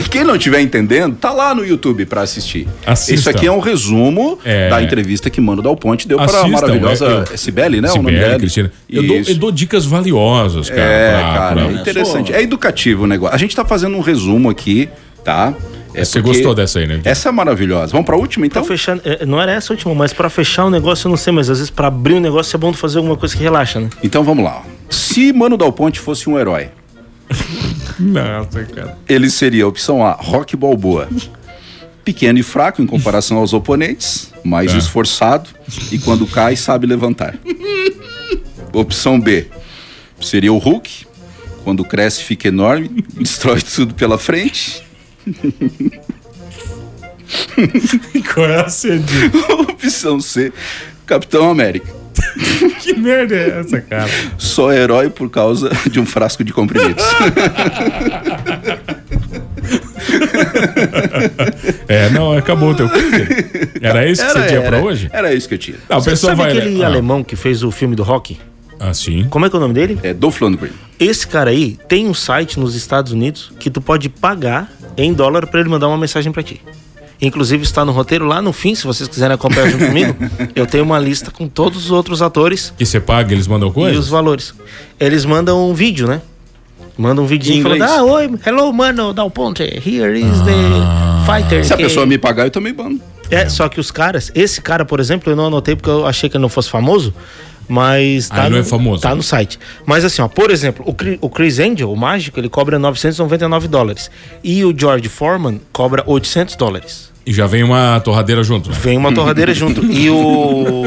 G: Quem não estiver entendendo, tá lá no YouTube pra assistir.
F: Assistam.
G: Isso aqui é um resumo
F: É.
G: da entrevista que Mano Dal Ponte deu para
F: Assistam,
G: a maravilhosa
F: é, eu-
G: é, Cibele, né? o nome
F: Sibeli,
G: dela.
F: Cristina. Eu dou,
G: Isso.
F: eu dou dicas valiosas, cara.
G: É,
F: pra-
G: cara,
F: pra-
G: é interessante. É educativo o negócio. A gente tá fazendo um resumo aqui, tá? É
F: Você
G: porque-
F: gostou dessa aí, né?
G: Essa é maravilhosa. Vamos pra última, então?
I: Pra fechar, é, não era essa a última, mas pra fechar o negócio eu não sei, mas às vezes pra abrir o negócio é bom tu fazer alguma coisa que relaxa, né?
G: Então vamos lá. Se Mano Dal Ponte fosse um herói,
F: Nossa, cara.
G: ele seria a opção A, Rock Balboa. Pequeno e fraco em comparação aos oponentes, mas
F: Tá.
G: esforçado e quando cai sabe levantar. Opção B seria o Hulk. Quando cresce fica enorme, destrói tudo pela frente.
F: Qual é a sede?
G: Opção C, Capitão América.
F: Que merda é essa, cara?
G: Só é herói por causa de um frasco de comprimidos.
F: É, não, acabou o teu quiz. Era isso que você tinha pra hoje?
G: Era isso que eu tinha.
F: Não, o pessoal
I: Sabe
F: vai.
I: aquele
F: ah,
I: alemão que fez o filme do rock?
F: ah, sim.
I: Como é que é o nome dele?
G: É do Green.
I: Esse cara aí tem um site nos Estados Unidos que tu pode pagar em dólar pra ele mandar uma mensagem pra ti. Inclusive está no roteiro lá no fim, se vocês quiserem acompanhar junto comigo, eu tenho uma lista com todos os outros atores
F: Que você paga, eles mandam
I: e os
F: coisa?
I: valores. Eles mandam um vídeo, né? Mandam um
H: Em
I: videozinho falando:
H: inglês.
I: Ah, oi, hello, mano, Dal Ponte, here is the fighter.
G: Se a
I: que-"
G: pessoa me pagar, eu também bando.
I: É, só que os caras, esse cara, por exemplo, eu não anotei porque eu achei que ele não fosse famoso, mas
F: Ah, ele não é famoso.
I: tá no site. Mas assim, ó, por exemplo, o, Cri- o Chris Angel, o mágico, ele cobra 999 dólares. E o George Foreman cobra 800 dólares.
F: E já vem uma torradeira junto. né?
I: Vem uma torradeira junto. E o.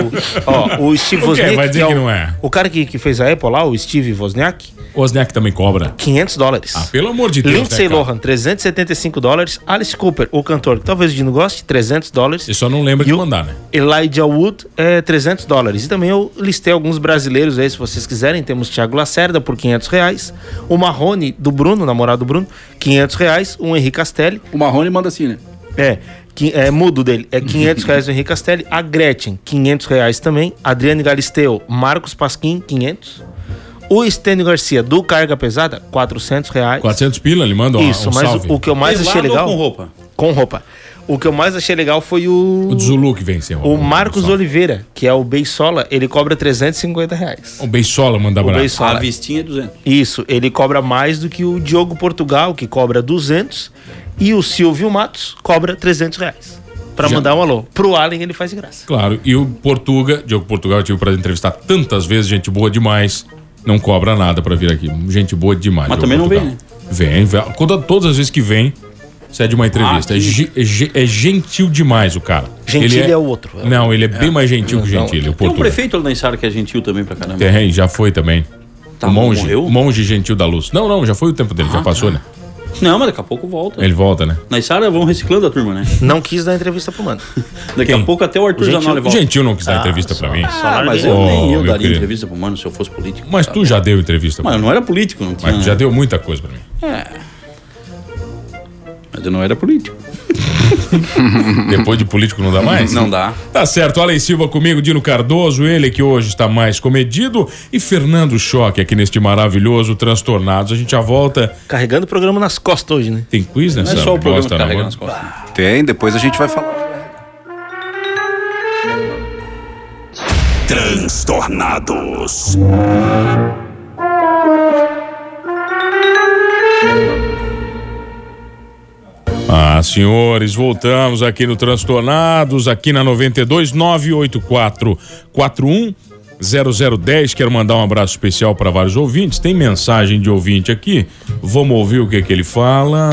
I: Ó, o Steve
F: O quê?
I: Wozniak.
F: Vai dizer
I: é
F: que
I: o,
F: não é.
I: O cara que, que fez a Apple lá, o Steve Wozniak,
F: O Osniak também cobra.
I: 500 dólares.
F: Ah, pelo amor de Deus. né,
I: Lindsay
F: cara?
I: Lohan, 375 dólares. Alice Cooper, o cantor, que talvez o Dino goste, 300 dólares.
F: Você só não lembra de
I: E o-
F: mandar, né?
I: Elijah Wood é 300 dólares. E também eu listei alguns brasileiros aí, se vocês quiserem. Temos Thiago Lacerda por 500 reais. O Marrone do Bruno, namorado do Bruno, 500 reais. O Henrique Castelli,
G: O Marrone manda assim, né?
I: é, que, é mudo dele, é 500 reais o Henrique Castelli. A Gretchen, 500 reais também. Adriane Galisteu, Marcos Pasquim, 500. O Estênio Garcia, do Carga Pesada, 400 reais.
F: 400 pila, ele manda um-
I: Isso,
F: um
I: mas
F: salve.
I: o que eu mais
H: Pelado
I: achei
H: ou
I: legal...
H: É com roupa?
I: Com roupa. O que eu mais achei legal foi o...
F: O de Zulu que venceu.
I: O Marcos Oliveira, que é o Beisola, ele cobra 350 reais.
F: O Um Beisola manda
I: O
F: abraço.
H: A
I: Beisola.
H: vistinha é 200.
I: Isso, ele cobra mais do que o Diogo Portugal, que cobra 200, e o Silvio Matos cobra 300 reais. Pra
F: Já.
I: mandar um alô. Pro Allen ele faz de graça.
F: Claro, e o Portuga, Diogo Portugal, eu tive pra entrevistar tantas vezes, gente boa demais. Não cobra nada pra vir aqui. Gente boa demais.
H: Mas
F: Diogo
H: também não
F: Portugal. vem, né? Vem, vem. Quando- Todas as vezes que vem, cede uma entrevista.
H: Ah,
F: é,
H: que-
F: ge- é ge- é gentil demais o cara.
I: Gentil
F: Ele
I: é o outro.
F: Não, ele é, bem mais gentil que gentil, o
H: Tem um
F: Portuga.
H: prefeito lá em Sara que é gentil também pra caramba.
F: Tem, já foi também.
H: Tá,
F: o Um monge,
H: morreu? Ah, tá.
F: o monge gentil da luz. Não, não, já foi o tempo dele, já passou, né?
H: Não, mas daqui a pouco volta.
F: Ele volta, né?
H: Na Sara vão reciclando a turma, né?
I: Não quis dar entrevista pro mano.
H: Daqui
F: Quem?
H: a pouco até o Arthur
I: Gente,
H: Zanoli
F: O
H: volta.
F: gentil não quis dar entrevista pra mim.
H: Ah, mas
I: Larga
H: eu
F: aí.
H: nem
F: Ô,
H: eu
F: meu
H: daria
F: querido.
H: entrevista pro mano se eu fosse político.
F: Mas tu já deu entrevista pra
H: Mas eu
F: mim.
H: não Hum. era político, não tinha. né?
F: Mas tu já deu muita coisa pra mim.
H: Mas eu não era político.
F: Depois de político não dá mais?
H: Hum, Não dá.
F: Tá certo, Alen Silva comigo, Dino Cardoso, ele que hoje está mais comedido, e Fernando Choque aqui neste maravilhoso Transtornados. A gente já volta.
I: Carregando o programa nas costas hoje, né?
F: Tem quiz
H: Não
F: nessa
H: é só o problema
F: bosta, tá
H: de
F: não?
H: carregar nas costas. né?
G: Tem, depois a gente vai falar.
C: Transtornados.
F: Ah, senhores, voltamos aqui no Transtornados, aqui na 92 984 41 0010. Quero mandar um abraço especial para vários ouvintes. Tem mensagem de ouvinte aqui. Vamos ouvir o que, que ele fala.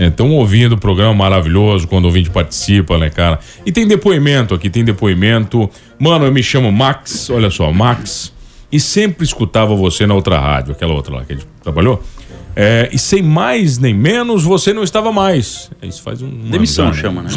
F: Então, ouvindo o programa maravilhoso, quando o ouvinte participa, né, cara? E tem depoimento aqui, tem depoimento. Mano, eu me chamo Max, olha só, Max. E sempre escutava você na outra rádio, aquela outra lá que a gente trabalhou. É, e sem mais nem menos, você não estava mais. Isso faz um. um ano
H: Demissão
F: já, né?
H: chama, né?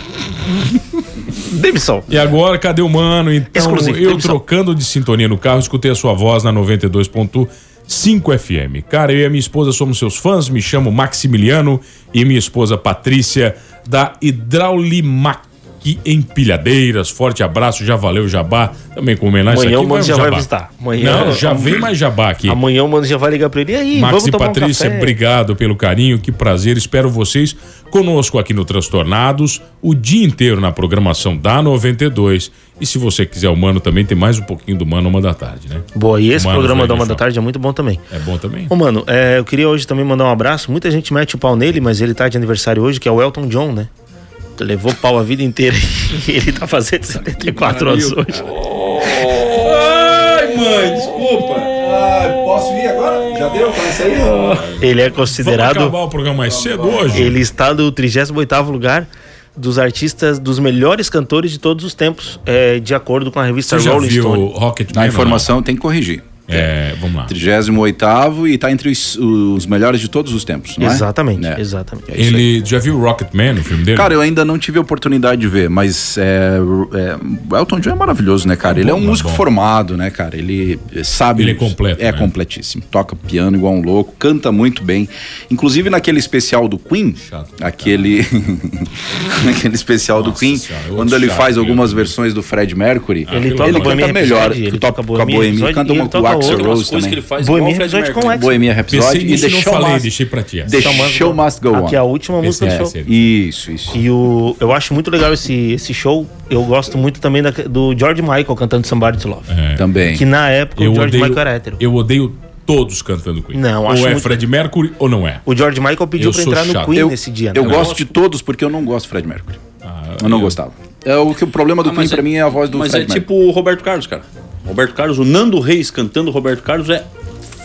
B: Demissão.
F: E agora, cadê o mano? Então,
B: Exclusivo,
F: eu
B: demissão.
F: trocando de sintonia no carro, escutei a sua voz na 92.5 FM. Cara, eu e a minha esposa somos seus fãs, me chamo Maximiliano e minha esposa Patrícia da Hidraulimac Empilhadeiras. Forte abraço, já valeu Jabá. Também com homenagem
I: Amanhã
F: aqui,
I: o Mano
F: um
I: já vai
F: jabá.
I: visitar. Amanhã- é um
F: Não, já vem mais Jabá aqui.
I: Amanhã o mano já vai ligar pra ele. E aí,
F: Max
I: vamos
F: e
I: tomar
F: Patrícia,
I: um café?
F: obrigado pelo carinho, que prazer. Espero vocês conosco aqui no Transtornados o dia inteiro na programação da 92. E se você quiser o Mano também, tem mais um pouquinho do Mano uma da tarde, né?
I: Boa, e esse
F: Mano,
I: programa
F: vai
I: da Uma
F: deixar.
I: da Tarde é muito bom também.
F: É bom também?
I: Ô, mano, é, eu queria hoje também mandar um abraço. Muita gente mete o pau nele, mas ele tá de aniversário hoje, que é o Elton John, né? Levou pau a vida inteira e ele tá fazendo 74 anos hoje.
H: Ai, mãe, desculpa.
G: posso ir agora? Já deu? Parece aí?
I: Ele é
F: Vamos
I: considerado.
F: acabar o programa mais cedo hoje?
I: Ele está no 38 lugar dos artistas, dos melhores cantores de todos os tempos, é, de acordo com a revista
F: Você já
I: Rolling
F: viu
I: Stone.
F: o Rocket
G: Na informação, tem que corrigir.
F: É, vamos lá.
G: 38 e tá entre os, os melhores de todos os tempos, não é?
I: Exatamente,
G: É.
I: exatamente.
G: É isso aí.
F: Ele já viu o Rocketman, o filme dele?
G: Cara, eu ainda não tive a oportunidade de ver, mas é, é, o Elton John é maravilhoso, né, cara? ele é um
F: bom,
G: músico
F: bom.
G: formado, né, cara? Ele sabe.
F: Ele é completo,
G: É
F: né?
G: completíssimo. Toca piano igual um louco, canta muito bem. Inclusive naquele especial do Queen,
F: Chato,
G: aquele. naquele especial do
F: Nossa
G: Queen,
F: Senhora, outro
G: quando ele
F: chato, né? Ah,
G: faz
F: meu
G: algumas
F: Deus.
G: versões do Fred Mercury,
I: Ele toca
G: ele
I: Bohemian
G: canta melhor.
I: Rhapsody, ele toca
G: toca com a
I: Bohemian
G: Bohemia,
I: Rhapsody
G: canta
I: e ele
G: uma com o
I: toca
G: Axel
I: outra,
H: coisas
G: Rose
H: que
G: também.
H: ele faz igual
I: Bohemian
H: o Fred
I: Rhapsody com
H: Mercury.
I: Axl.
G: Bohemia Rhapsody
F: Pensei
G: e
F: nisso
G: The
F: e não
G: Show
F: falei,
G: Must-
F: deixei pra ti essa.
G: The
F: Só manda-
G: Show Must Go On.
I: Aqui é a última música do
F: Esse é,
I: show.
F: esse é.
G: Isso, isso.
I: E o, eu acho muito legal esse, esse show. Eu gosto muito também da- do George Michael cantando Somebody to Love.
G: Também.
I: Que na época
F: É. Eu
I: o George
F: odeio,
I: Michael era hétero.
F: eu odeio todos cantando Queen.
I: Não,
F: ou
I: acho
F: é
I: muito-
F: Fred Mercury ou não é.
I: O George Michael pediu
F: Eu
I: pra
F: sou
I: entrar no
F: chato.
I: Queen
G: Eu,
I: nesse dia. né?
G: eu gosto de todos porque eu não gosto do Fred Mercury.
F: Ah,
G: eu não gostava. É o que o problema do Queen pra mim é a voz do
H: Mas
G: Fred
H: é
G: Mercury.
H: tipo o Roberto Carlos, cara. Roberto Carlos, o Nando Reis cantando Roberto Carlos é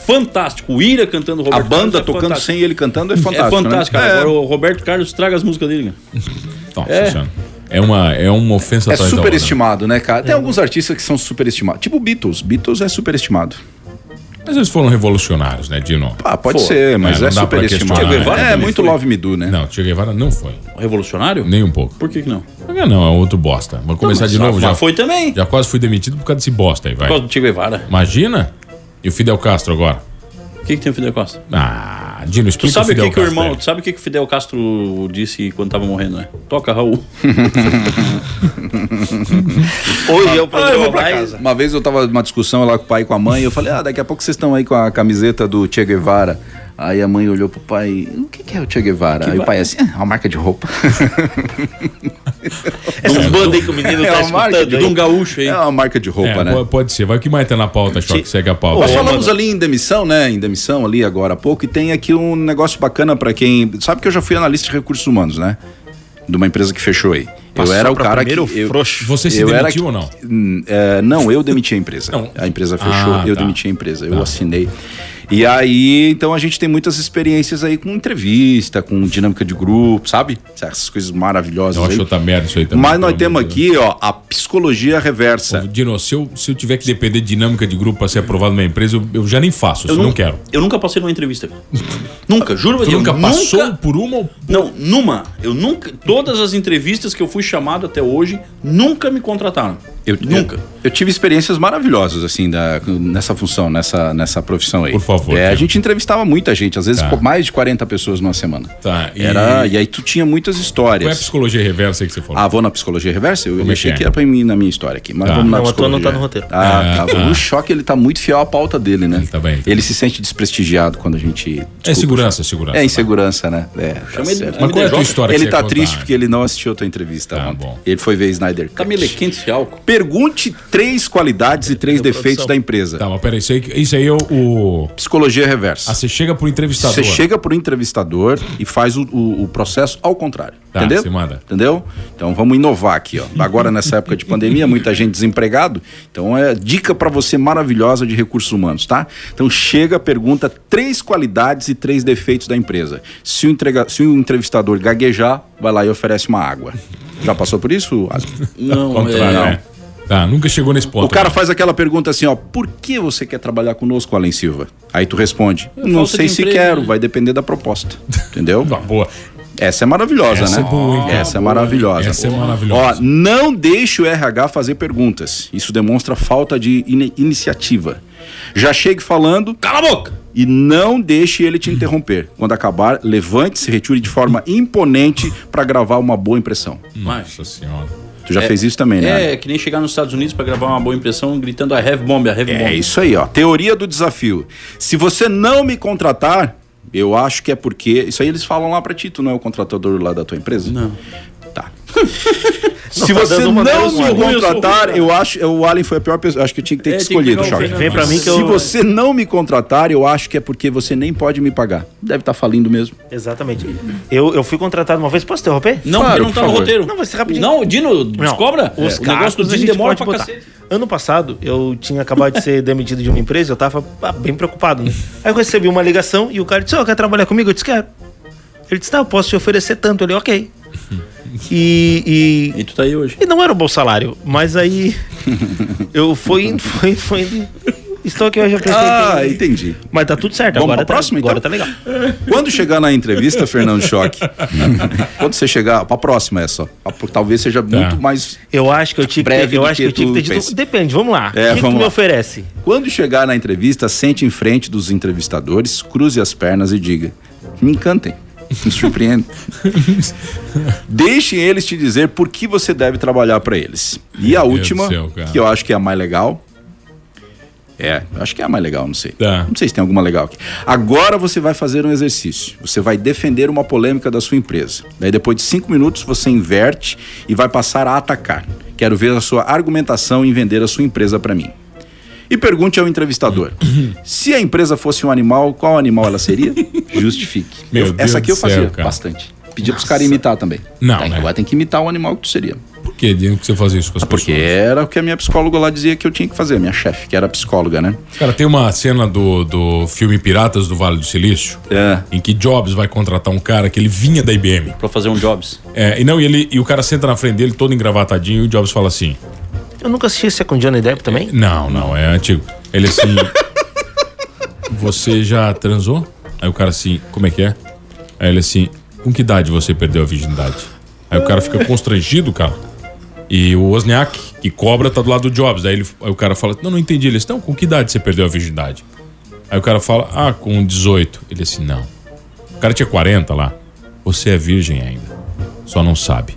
H: fantástico. O Ira cantando
G: a
H: Roberto
G: banda
H: Carlos é
G: tocando
H: fantástico.
G: sem ele cantando é
H: É
G: fantástico.
H: fantástico,
G: né?
H: cara.
G: É,
H: Agora o Roberto Carlos traga as músicas dele, né? cara.
F: Nossa Senhora. Então, É uma, é uma ofensa
G: É
F: atrás da outra.
G: superestimado, né, cara? Tem alguns artistas que são superestimados. Tipo Beatles. Beatles é superestimado.
F: Mas eles foram revolucionários, né, Dino?
G: Ah, pode
H: Foi.
G: ser,
F: É,
G: mas
F: não
G: é,
F: dá pra
G: superestimado.
F: questionar,
H: né?
G: É,
H: Também
G: muito
H: foi.
G: Love Me Do, né?
F: Não, Che Guevara não foi.
H: Revolucionário?
F: Nem um pouco.
H: Por que que não?
F: Ah, Não, é outro bosta. Vou começar
H: mas
F: de
H: já-
F: novo
H: mas
F: já.
H: foi também.
F: Já quase fui demitido por causa desse bosta aí,
H: Por
F: vai.
H: causa do Che Guevara.
F: Imagina? E o Fidel Castro agora?
H: O que, que tem o Fidel Castro?
F: Ah, Dino,
H: Tu
G: é
F: explica
H: sabe o
F: Fidel
H: que, que o
F: Castro
H: irmão,
F: aí.
H: tu sabe o que, que o Fidel Castro disse quando tava morrendo, né? Toca, Raul.
I: Hoje é o programa mais-
G: Uma vez eu tava numa discussão lá com o pai e com a mãe, eu falei, ah, daqui a pouco vocês estão aí com a camiseta do Che Guevara. Aí a mãe olhou pro pai, o que, que é o Che Guevara? aí o pai assim, ah, é uma marca de roupa.
I: Essas bandas aí que o menino
G: É
I: tá
G: uma marca
I: escutando.
G: de
I: aí.
H: De um gaúcho aí.
G: É uma marca de roupa,
F: É,
G: né?
F: po- pode ser. Vai o que mais tem na pauta, Choque, segue a pauta.
G: Nós falamos ali em demissão, né? Em demissão ali agora há pouco. E tem aqui um negócio bacana pra quem. Sabe que eu já fui analista de recursos humanos, né? De uma empresa que fechou aí.
I: Passou
G: eu era o
I: pra
G: cara que.
I: primeiro
G: Eu,
I: frouxo.
F: Você se
G: eu era
F: demitiu
G: que-
F: ou não?
G: Hum, é, não, eu demiti a empresa.
F: Não.
G: A empresa fechou,
F: Ah,
G: eu
F: tá.
G: demiti a empresa, eu assinei. E aí, então a gente tem muitas experiências aí com entrevista, com dinâmica de grupo, sabe? Essas coisas maravilhosas
F: Eu acho
G: aí.
F: outra merda isso aí também.
G: Mas nós
F: pelo
G: temos
F: amor de Deus.
G: aqui, ó, a psicologia reversa.
F: Ô, Dino, se eu, se eu tiver que depender de dinâmica de grupo pra ser aprovado na empresa, eu, eu já nem faço, isso, eu não,
H: nun-
F: quero.
H: Eu nunca passei numa entrevista. cara. nunca, juro.
F: Tu
H: eu
F: nunca passou por uma ou
H: Não, numa. Eu nunca. Todas as entrevistas que eu fui chamado até hoje, nunca me contrataram.
G: Eu,
H: nunca.
G: Eu, eu tive experiências maravilhosas, assim, da- nessa função, nessa, nessa profissão aí.
F: Por favor,
G: É, a
F: Diego.
G: gente entrevistava muita gente, às vezes
F: Tá.
G: por mais de 40 pessoas numa semana.
F: Tá, e-
G: Era, e aí tu tinha muitas
F: Qual é a
G: histórias.
F: psicologia reversa aí que você falou? É
G: Ah, vou na psicologia reversa? Eu
F: Como é
G: achei
F: que é?
G: que era pra mim na minha história aqui. Mas
F: Tá.
G: vamos na
I: Não, a tua
G: psicologia.
I: não tá no roteiro.
G: Ah,
F: Ah,
G: tá.
F: tá.
G: O choque, ele tá muito fiel à pauta dele, né?
F: Ele tá bem, tá
G: Ele se sente desprestigiado quando a gente.
F: é
G: Desculpa,
F: segurança,
G: Choque.
F: segurança.
G: É
F: vai.
G: insegurança, né? É, tá
H: Chama ele-
G: certo.
F: Mas qual é a tua
H: Ele
F: história que
G: Ele
F: você
G: tá
F: ia contar?
G: triste porque ele não assistiu a tua entrevista
F: Tá
G: ontem.
F: bom.
G: Ele foi ver Snyder
H: Tá
G: Cut.
H: melequento esse álcool.
G: Pergunte três qualidades e três defeitos da empresa.
F: Tá, mas peraí, isso aí, isso aí é o. o-
G: Psicologia reversa.
F: Ah, você chega pro entrevistador.
G: Você chega pro entrevistador e faz o, o- o processo ao contrário.
F: Tá,
G: entendeu?
F: você manda.
G: Entendeu? Então vamos inovar aqui, ó. Agora nessa época de pandemia, muita gente desempregado. Então é dica pra você maravilhosa de recursos humanos, tá? Então chega, pergunta três qualidades e três defeitos da empresa. Se o, entrega- se o entrevistador gaguejar, vai lá e oferece uma água. Já passou por isso? Asma?
H: Não,
F: Contrário,
H: é,
F: né? Tá, nunca chegou nesse ponto.
G: O cara
F: né?
G: faz aquela pergunta assim, ó, por que você quer trabalhar conosco, Alen Silva? Aí tu responde, não
H: falta
G: sei
H: de
G: se
H: emprego,
G: quero,
H: né?"
G: vai depender da proposta. Entendeu?
F: né? Uma boa.
G: Essa é maravilhosa,
F: Essa
G: né?
F: é boa, hein, cara?
G: Essa é maravilhosa.
F: Essa é maravilhosa.
G: Ó, não deixe o RH fazer perguntas. Isso demonstra falta de ini- iniciativa. Já chegue falando. Cala a boca! E não deixe ele te interromper. Quando acabar, levante, se retire de forma imponente para gravar uma boa impressão.
F: Nossa senhora.
G: Tu já fez isso também, né?
H: É, que nem chegar nos Estados Unidos pra gravar uma boa impressão gritando I have bomb, I have bomb.
G: É isso aí, ó. Teoria do desafio. Se você não me contratar, eu acho que é porque. Isso aí eles falam lá pra ti, tu não é o contratador lá da tua empresa? Não. Tá. Se
I: tá
G: você
I: dando uma
G: não
I: delas,
G: me
I: mano.
G: contratar, eu acho. Eu, o Alien foi a pior pessoa. Acho que eu tinha que ter
H: É, tem
G: te
H: que
G: escolhido,
H: pegar o
G: Jorge.
H: Fernando.
I: Vem pra mim que
G: Se
I: eu.
G: você não me contratar, eu acho que é porque você nem pode me pagar. Deve estar falindo mesmo.
I: Exatamente. Eu, eu fui contratado uma vez, posso interromper?
H: Não,
G: Claro,
H: porque não tá
G: por
H: no
G: favor.
H: roteiro.
I: Não, vai ser rapidinho.
H: Não, Dino, descobra.
I: Não, É. Os
H: o negócio do
I: cactos a
H: Dino
I: gente
H: demora
I: pode
H: pra
I: botar.
H: cacete.
I: Ano passado, eu tinha acabado de ser demitido de uma empresa, eu tava ah, bem preocupado, né? Aí eu recebi uma ligação e o cara disse, ó, quer trabalhar comigo? Eu disse, quero. Ele disse, tá, eu posso te oferecer tanto. Eu falei, ok. E,
H: E tu tá aí hoje.
I: e, e não era um bom salário, mas aí eu fui indo, foi indo, foi indo. Estou aqui hoje, eu pensei,
G: Ah,
I: tem-
G: entendi.
I: Mas tá tudo certo,
G: Vamos
I: agora
G: pra
I: tá,
G: próxima, então?
I: agora tá legal.
G: Quando chegar na entrevista, Fernando Choque, quando você chegar, pra próxima é só. Talvez seja muito mais
I: Eu acho que eu tive
G: Breve
I: que, eu
G: do
I: acho
G: que
I: que eu tive
G: tu
I: que ter dito-
G: pensa.
I: Depende, vamos lá.
G: É,
I: o que, que tu
G: vamos
I: me
G: lá.
I: oferece?
G: Quando chegar na entrevista, sente em frente dos entrevistadores, cruze as pernas e diga: Me encantem, me surpreendem. Deixem eles te dizer por que você deve trabalhar para eles. E a
F: Meu Deus
G: última,
F: do céu, cara.
G: que eu acho que é a mais legal. É, eu acho que é a mais legal, não sei.
F: Tá.
G: Não sei se tem alguma legal aqui. Agora você vai fazer um exercício. Você vai defender uma polêmica da sua empresa. Daí depois de cinco minutos você inverte e vai passar a atacar. Quero ver a sua argumentação em vender a sua empresa para mim. E pergunte ao entrevistador: se a empresa fosse um animal, qual animal ela seria? Justifique.
F: Meu
G: Eu-
F: Deus
G: essa aqui eu
F: do céu,
G: fazia
F: cara.
G: bastante. Pedia pros caras imitar também.
F: Não,
G: Tem,
F: né?
G: Agora tem que imitar o animal que tu seria.
F: Por que, Dino, que você fazia isso com as
G: Ah, Porque
F: pessoas?
G: era o que a minha psicóloga lá dizia que eu tinha que fazer, a minha chefe, que era psicóloga, né?
F: Cara, tem uma cena do, do filme Piratas do Vale do Silício,
G: É.
F: em que Jobs vai contratar um cara que ele vinha da IBM.
H: Pra fazer um Jobs.
F: É, e não, e, ele, e o cara senta na frente dele todo engravatadinho e o Jobs fala assim:
I: Eu nunca assisti esse é com Johnny Depp também?
F: Não, não, é antigo. Ele assim. você já transou? Aí o cara assim, como é que é? Aí ele assim, com que idade você perdeu a virgindade? Aí o cara fica constrangido, cara. E o Osniak, que cobra, tá do lado do Jobs. Aí, ele, aí o cara fala, não, não entendi. Ele assim, não, com que idade você perdeu a virgindade? Aí o cara fala, ah, com 18. Ele assim, não. O cara tinha 40 lá. Você é virgem ainda. Só não sabe.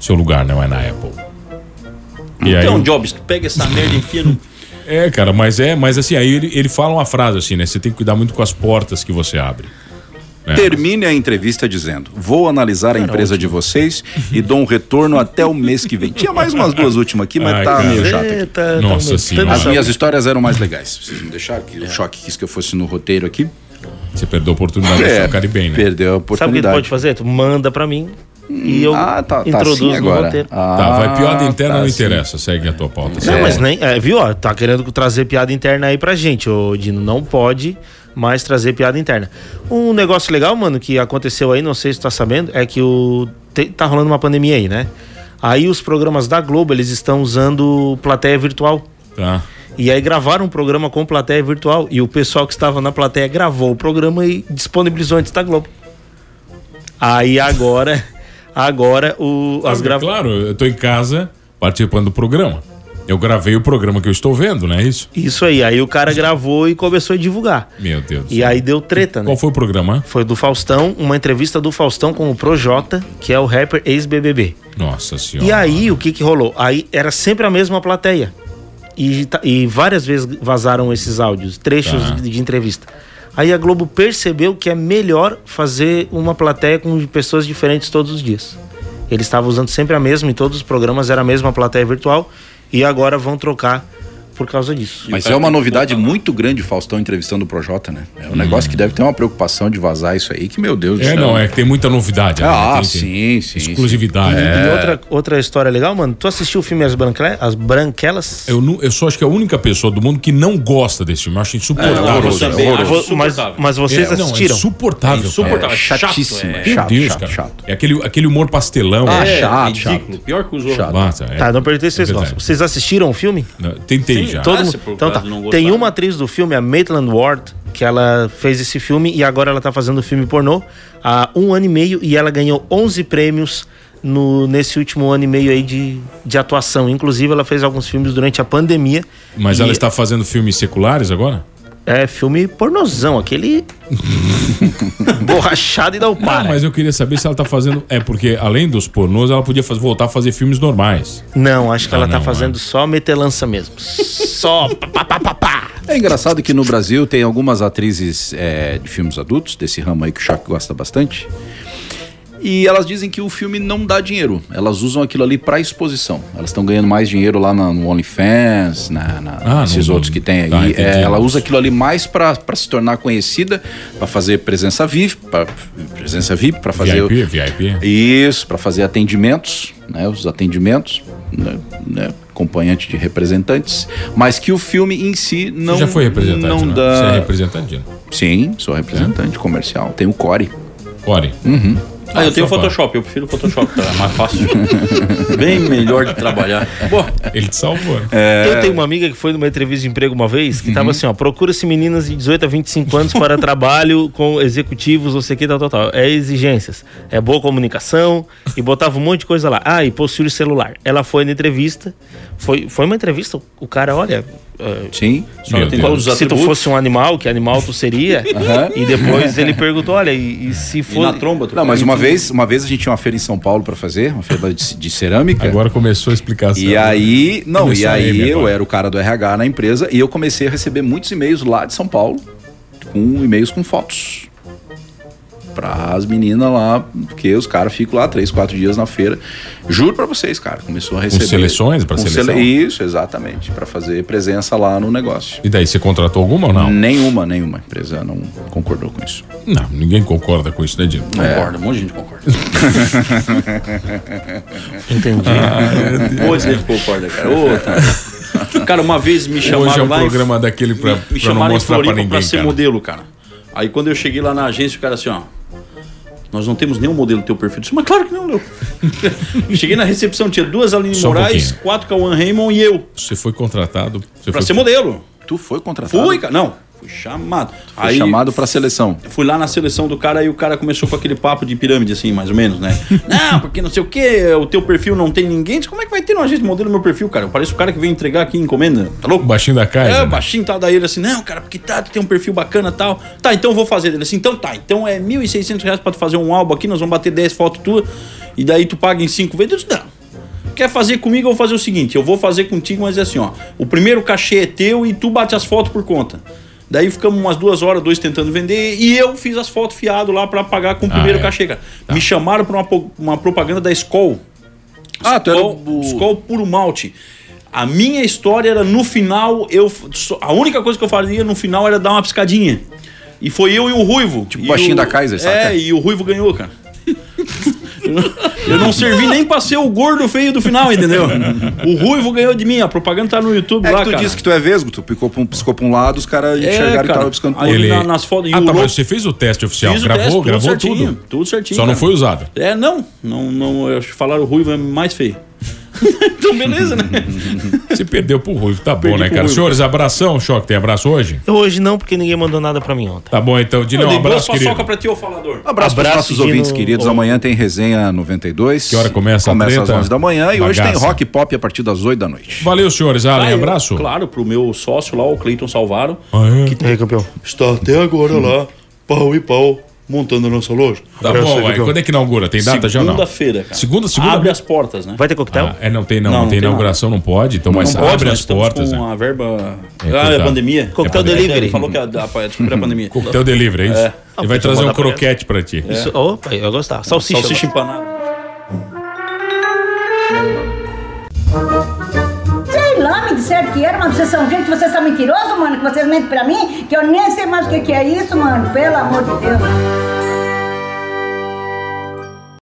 F: Seu lugar não é na Apple. E aí,
H: Então,
F: o-
H: Jobs, tu pega essa merda e enfia no.
F: é, cara, mas é, mas assim, aí ele, ele fala uma frase assim, né? Você tem que cuidar muito com as portas que você abre. né?
G: É. Termine a entrevista dizendo: Vou analisar a empresa de vocês e dou um retorno até o mês que vem. Tinha mais umas duas últimas aqui, mas
F: Ai,
G: tá
F: cara.
I: É,
G: meio chato. aqui.
I: Eita,
F: Nossa
I: meu-
F: senhora.
G: As minhas histórias eram mais legais. Vocês me deixaram
F: É.
G: que o choque quis que eu fosse no roteiro aqui.
F: Você perdeu a oportunidade
G: É.
F: de chocar e bem, né?
G: Perdeu a
I: Sabe o que tu
G: oportunidade.
I: pode fazer? Tu manda pra mim e eu
G: Ah, tá, tá
I: introduzo
G: assim
I: no
G: agora.
I: roteiro.
G: Ah,
F: Tá, vai piada interna
G: tá
F: não
G: assim.
F: interessa, segue a tua pauta.
I: Não,
F: É.
I: mas nem. é, viu, ó, tá querendo trazer piada interna aí pra gente, ô Dino. Não pode mais trazer piada interna. Um negócio legal, mano, que aconteceu aí, não sei se tu tá sabendo, é que o. te- tá rolando uma pandemia aí, né? Aí os programas da Globo, eles estão usando plateia virtual.
F: Tá.
I: E aí gravaram um programa com plateia virtual. E o pessoal que estava na plateia gravou o programa e disponibilizou antes da Globo. Aí agora. Agora o, as
F: Sabe,
I: grava...
F: Ah, Claro, eu tô em casa participando do programa. Eu gravei o programa que eu estou vendo, não é isso?
I: Isso aí, aí o cara gravou e começou a divulgar.
F: Meu Deus. do
I: E
F: céu.
I: aí deu treta, né?
F: Qual foi o programa? hein?
I: Foi do Faustão, uma entrevista do Faustão com o Projota, que é o rapper ex-BBB.
F: Nossa senhora.
I: E aí, o que que rolou? Aí era sempre a mesma plateia. E, ta- e várias vezes vazaram esses áudios, trechos
F: Tá.
I: de, de entrevista. Aí a Globo percebeu que é melhor fazer uma plateia com pessoas diferentes todos os dias. Eles estavam usando sempre a mesma, em todos os programas era a mesma plateia virtual. E agora vão trocar por causa disso.
G: Mas é uma novidade muito grande o Faustão entrevistando o Projota, né?
H: Uhum.
G: É um negócio que deve ter uma preocupação de vazar isso aí, que meu Deus do
F: É,
G: céu.
F: não, é que tem muita novidade. né? Tem-
G: Ah,
F: tem
G: sim, sim, sim.
F: Exclusividade. né?
I: E outra, outra história legal, mano. Tu assistiu o filme As, Brancle... As Branquelas?
F: Eu, nu- eu só acho que é a única pessoa do mundo que não gosta desse filme. Eu acho insuportável.
G: horroroso, é
F: É,
H: também
G: horroroso.
H: acho
I: Mas,
H: insuportável.
I: mas vocês
F: não, é
I: assistiram.
F: insuportável. cara.
H: Insuportável. chato,
G: É chatíssimo.
H: é.
F: Meu
G: chato,
F: Deus,
G: chato,
F: cara.
G: chato.
F: É aquele, aquele humor pastelão.
G: Ah,
F: né?
G: chato,
H: ridículo.
G: chato.
H: Pior que os outros.
G: Chato.
F: Nossa, é.
I: Tá, não perguntei se vocês
F: É
I: gostam.
F: verdade.
I: Vocês assistiram o filme?
F: Não, Tentei já.
H: Ah,
I: Todo mundo-
H: se por
I: Então
H: acaso
I: tá.
H: não gostar. né?
I: Tem uma atriz do filme, a Maitland Ward, que ela fez esse filme e agora ela tá fazendo o filme pornô há um ano e meio e ela ganhou 11 prêmios no, nesse último ano e meio aí de, de atuação. Inclusive, ela fez alguns filmes durante a pandemia.
F: Mas
I: E
F: ela está fazendo filmes seculares agora?
I: É filme pornozão, aquele. borrachado e dá o para.
F: Não, Ah, mas eu queria saber se ela tá fazendo. É porque além dos pornôs, ela podia faz- voltar a fazer filmes normais.
I: Não, acho que
F: Ah,
I: ela tá
F: não,
I: fazendo só metelança mesmo. Só pá, pá, pá, pá.
G: É engraçado que no Brasil tem algumas atrizes é, de filmes adultos, desse ramo aí que o Chaco gosta bastante. E elas dizem que o filme não dá dinheiro. Elas usam aquilo ali pra exposição. Elas estão ganhando mais dinheiro lá na- no OnlyFans, na, na-
F: Ah,
G: nesses
F: não-
G: outros que tem
F: tá,
G: aí.
F: entendi.
G: É, ela usa aquilo ali mais pra pra se tornar conhecida, pra fazer presença VIP, pra, presença VIP, para fazer
F: VIP, VIP.
G: isso, para fazer atendimentos, né? Os atendimentos, né, né, acompanhante de representantes, mas que o filme em si não
F: Você já foi representante,
G: não
F: né? Você é
G: dá.
F: representante, né?
G: Sim, sou representante comercial. Tem o Core.
F: Ore.
H: Ah, eu tenho
F: Ah, só
H: Photoshop, eu prefiro Photoshop, tá? É mais fácil. Bem melhor de trabalhar. Bom,
F: Ele te salvou. né?
H: É.
I: Eu tenho uma amiga que foi numa entrevista de emprego uma vez que
H: Uhum.
I: tava assim, ó, procura-se meninas de 18 a 25 anos para trabalho com executivos, não sei o que, tal, tal, tal. É exigências. É boa comunicação e botava um monte de coisa lá. Ah, e possui celular. Ela foi na entrevista, foi, foi uma entrevista, o cara, olha... eh,
G: Sim.
H: só
F: Meu
H: tem
F: Deus.
H: todos os
I: se tu
H: atributos.
I: fosse um animal, que animal tu seria?
G: Aham.
I: E depois ele perguntou, olha, e, e se
H: E na
I: for...
H: tromba, tu
G: Não, mas uma vez, uma vez a gente tinha uma feira em São Paulo para fazer, uma feira de, de cerâmica.
F: Agora começou a explicação.
G: E aí, não,
F: Começou
G: e
F: a
G: aí
F: meme
G: eu
F: agora.
G: era o cara do RH na empresa e eu comecei a receber muitos e-mails lá de São Paulo, com e-mails com fotos. Pra as meninas lá, porque os caras ficam lá três, quatro dias na feira. Juro pra vocês, cara, começou a receber.
F: seleções pra
G: Com
F: seleção?
G: Isso, exatamente, pra fazer presença lá no negócio.
F: E daí, você contratou alguma ou
G: Hum.
F: não?
G: Nenhuma, nenhuma empresa não concordou com isso.
F: Não, ninguém concorda com isso, né, Dino?
H: Concorda, um monte de gente concorda.
I: Entendi.
F: Ah,
H: Um monte de gente concorda, cara. Ô, tá. Cara, uma vez me chamaram
F: Hoje é um
H: lá em-
F: programa daquele pra,
H: me, me
F: pra não
H: chamaram em
F: mostrar pra
H: Floripa pra,
F: ninguém,
H: ser
F: cara.
H: modelo, cara. Aí quando eu cheguei lá na agência, o cara assim, ó. Nós não temos nenhum modelo do teu perfil. Eu disse, mas claro que não, Léo. cheguei na recepção, tinha duas Aline
F: Só um
H: Moraes,
F: pouquinho.
H: quatro Cauã Raymond e eu.
F: Você foi contratado... Você
H: Pra
F: foi...
H: ser modelo.
G: Tu foi contratado?
H: Fui, cara. Não, fui chamado.
G: Foi chamado pra seleção.
H: Fui lá na seleção do cara e o cara começou com aquele papo de pirâmide, assim, mais ou menos, né? Não, porque não sei o quê, o teu perfil não tem ninguém. Disse, Como é que vai ter no agente modelo no meu perfil, cara? Eu pareço o cara que veio entregar aqui encomenda. Tá louco?
F: O baixinho da casa,
H: É,
F: né?
H: o baixinho tal, daí ele assim, não, cara, porque tá, tu tem um perfil bacana e tal. Tá, então eu vou fazer. Ele assim, então tá, então é R$ 1.600 reais pra tu fazer um álbum aqui, nós vamos bater 10 fotos tuas, e daí tu paga em 5 vezes. Eu disse, não. Quer fazer comigo, eu vou fazer o seguinte, eu vou fazer contigo, mas é assim, ó, o primeiro cachê é teu e tu bate as fotos por conta. Daí ficamos umas duas horas, dois tentando vender, e eu fiz as fotos fiado lá pra pagar com o primeiro
F: é.
H: cachê, cara. Me chamaram pra uma, po- uma propaganda da Skoll.
G: Ah, tu era
H: Skol,
G: o-
H: Skol puro malte. A minha história era no final, eu só- a única coisa que eu faria no final era dar uma piscadinha. E foi eu e o Ruivo. Tipo
G: o baixinho da Kaiser, saca?
H: É, e o Ruivo ganhou, cara. Eu não- Eu não servi nem pra ser o gordo feio do final, entendeu? O Ruivo ganhou de mim, a propaganda tá no YouTube
G: É
H: lá,
G: que tu
H: cara.
G: disse que tu é vesgo, tu piscou pra um, piscou pra um lado, os caras
H: É,
G: enxergaram que
H: cara.
G: tava piscando pro
H: Aí
G: outro.
H: ele- na- nas fotos- e
F: Ah,
H: o
F: tá,
H: louco-
F: mas você fez o teste oficial.
H: Fiz o
F: gravou,
H: teste, tudo
F: gravou
H: certinho,
F: tudo.
H: tudo certinho,
F: Só não
H: cara.
F: foi usado.
H: É, não, não, não, eu acho que falaram o Ruivo é mais feio. então beleza, né?
F: Você perdeu pro Ruivo, tá bom,
H: Perdi
F: né,
H: pro
F: cara?
H: Ruivo.
F: Senhores, abração, choque, tem abraço hoje?
I: Eu hoje não, porque ninguém mandou nada pra mim ontem.
F: Tá bom, então, Dino, um
H: Dei duas
F: abraço,
H: paçoca
F: querido.
H: pra ti, ô falador.
G: Abraço,
I: Abraço,
G: para os nossos
I: Dino.
G: ouvintes queridos. Amanhã tem resenha 92.
F: Que hora começa a
G: Começa às
F: treta?
G: 11 da manhã. E hoje tem
F: Bagaça.
G: rock e pop a partir das 8 da noite.
F: Valeu, senhores. Alan,
H: Aí eu-
F: abraço.
H: Claro, pro meu sócio lá, o Cleiton Salvaro.
F: Ah, é?
I: E aí, campeão?
H: Está até agora lá, pau e pau, montando a nossa loja.
F: Tá bom, aí. Quando é que inaugura? Tem data já ou não?
H: Segunda-feira, cara.
F: Segunda, segunda.
H: Abre as portas, né?
I: Vai ter coquetel?
F: Ah, é, não tem, não.
H: Não,
F: Não,
H: não
F: tem
H: tem
F: inauguração, não pode. Então, mas
H: Não pode,
F: abre
H: nós
F: as
H: estamos
F: portas,
H: com
F: né?
H: a verba...
F: É,
H: ah, é
F: coitado.
H: pandemia.
I: Coquetel
H: É,
I: delivery.
H: Ele falou que a, a, descobriu a pandemia.
F: Coquetel delivery, é isso? Ele vai
I: podia
F: trazer um
I: mandar pra ele.
F: croquete pra ti.
H: É.
I: Isso, opa, eu ia gostar. Salsicha.
H: Salsicha empanada.
E: Sei lá, me disseram que era, mas vocês são gente, vocês são mentirosos, mano, que vocês mentem pra mim, que eu nem sei mais o que, que é isso, mano, pelo amor de Deus.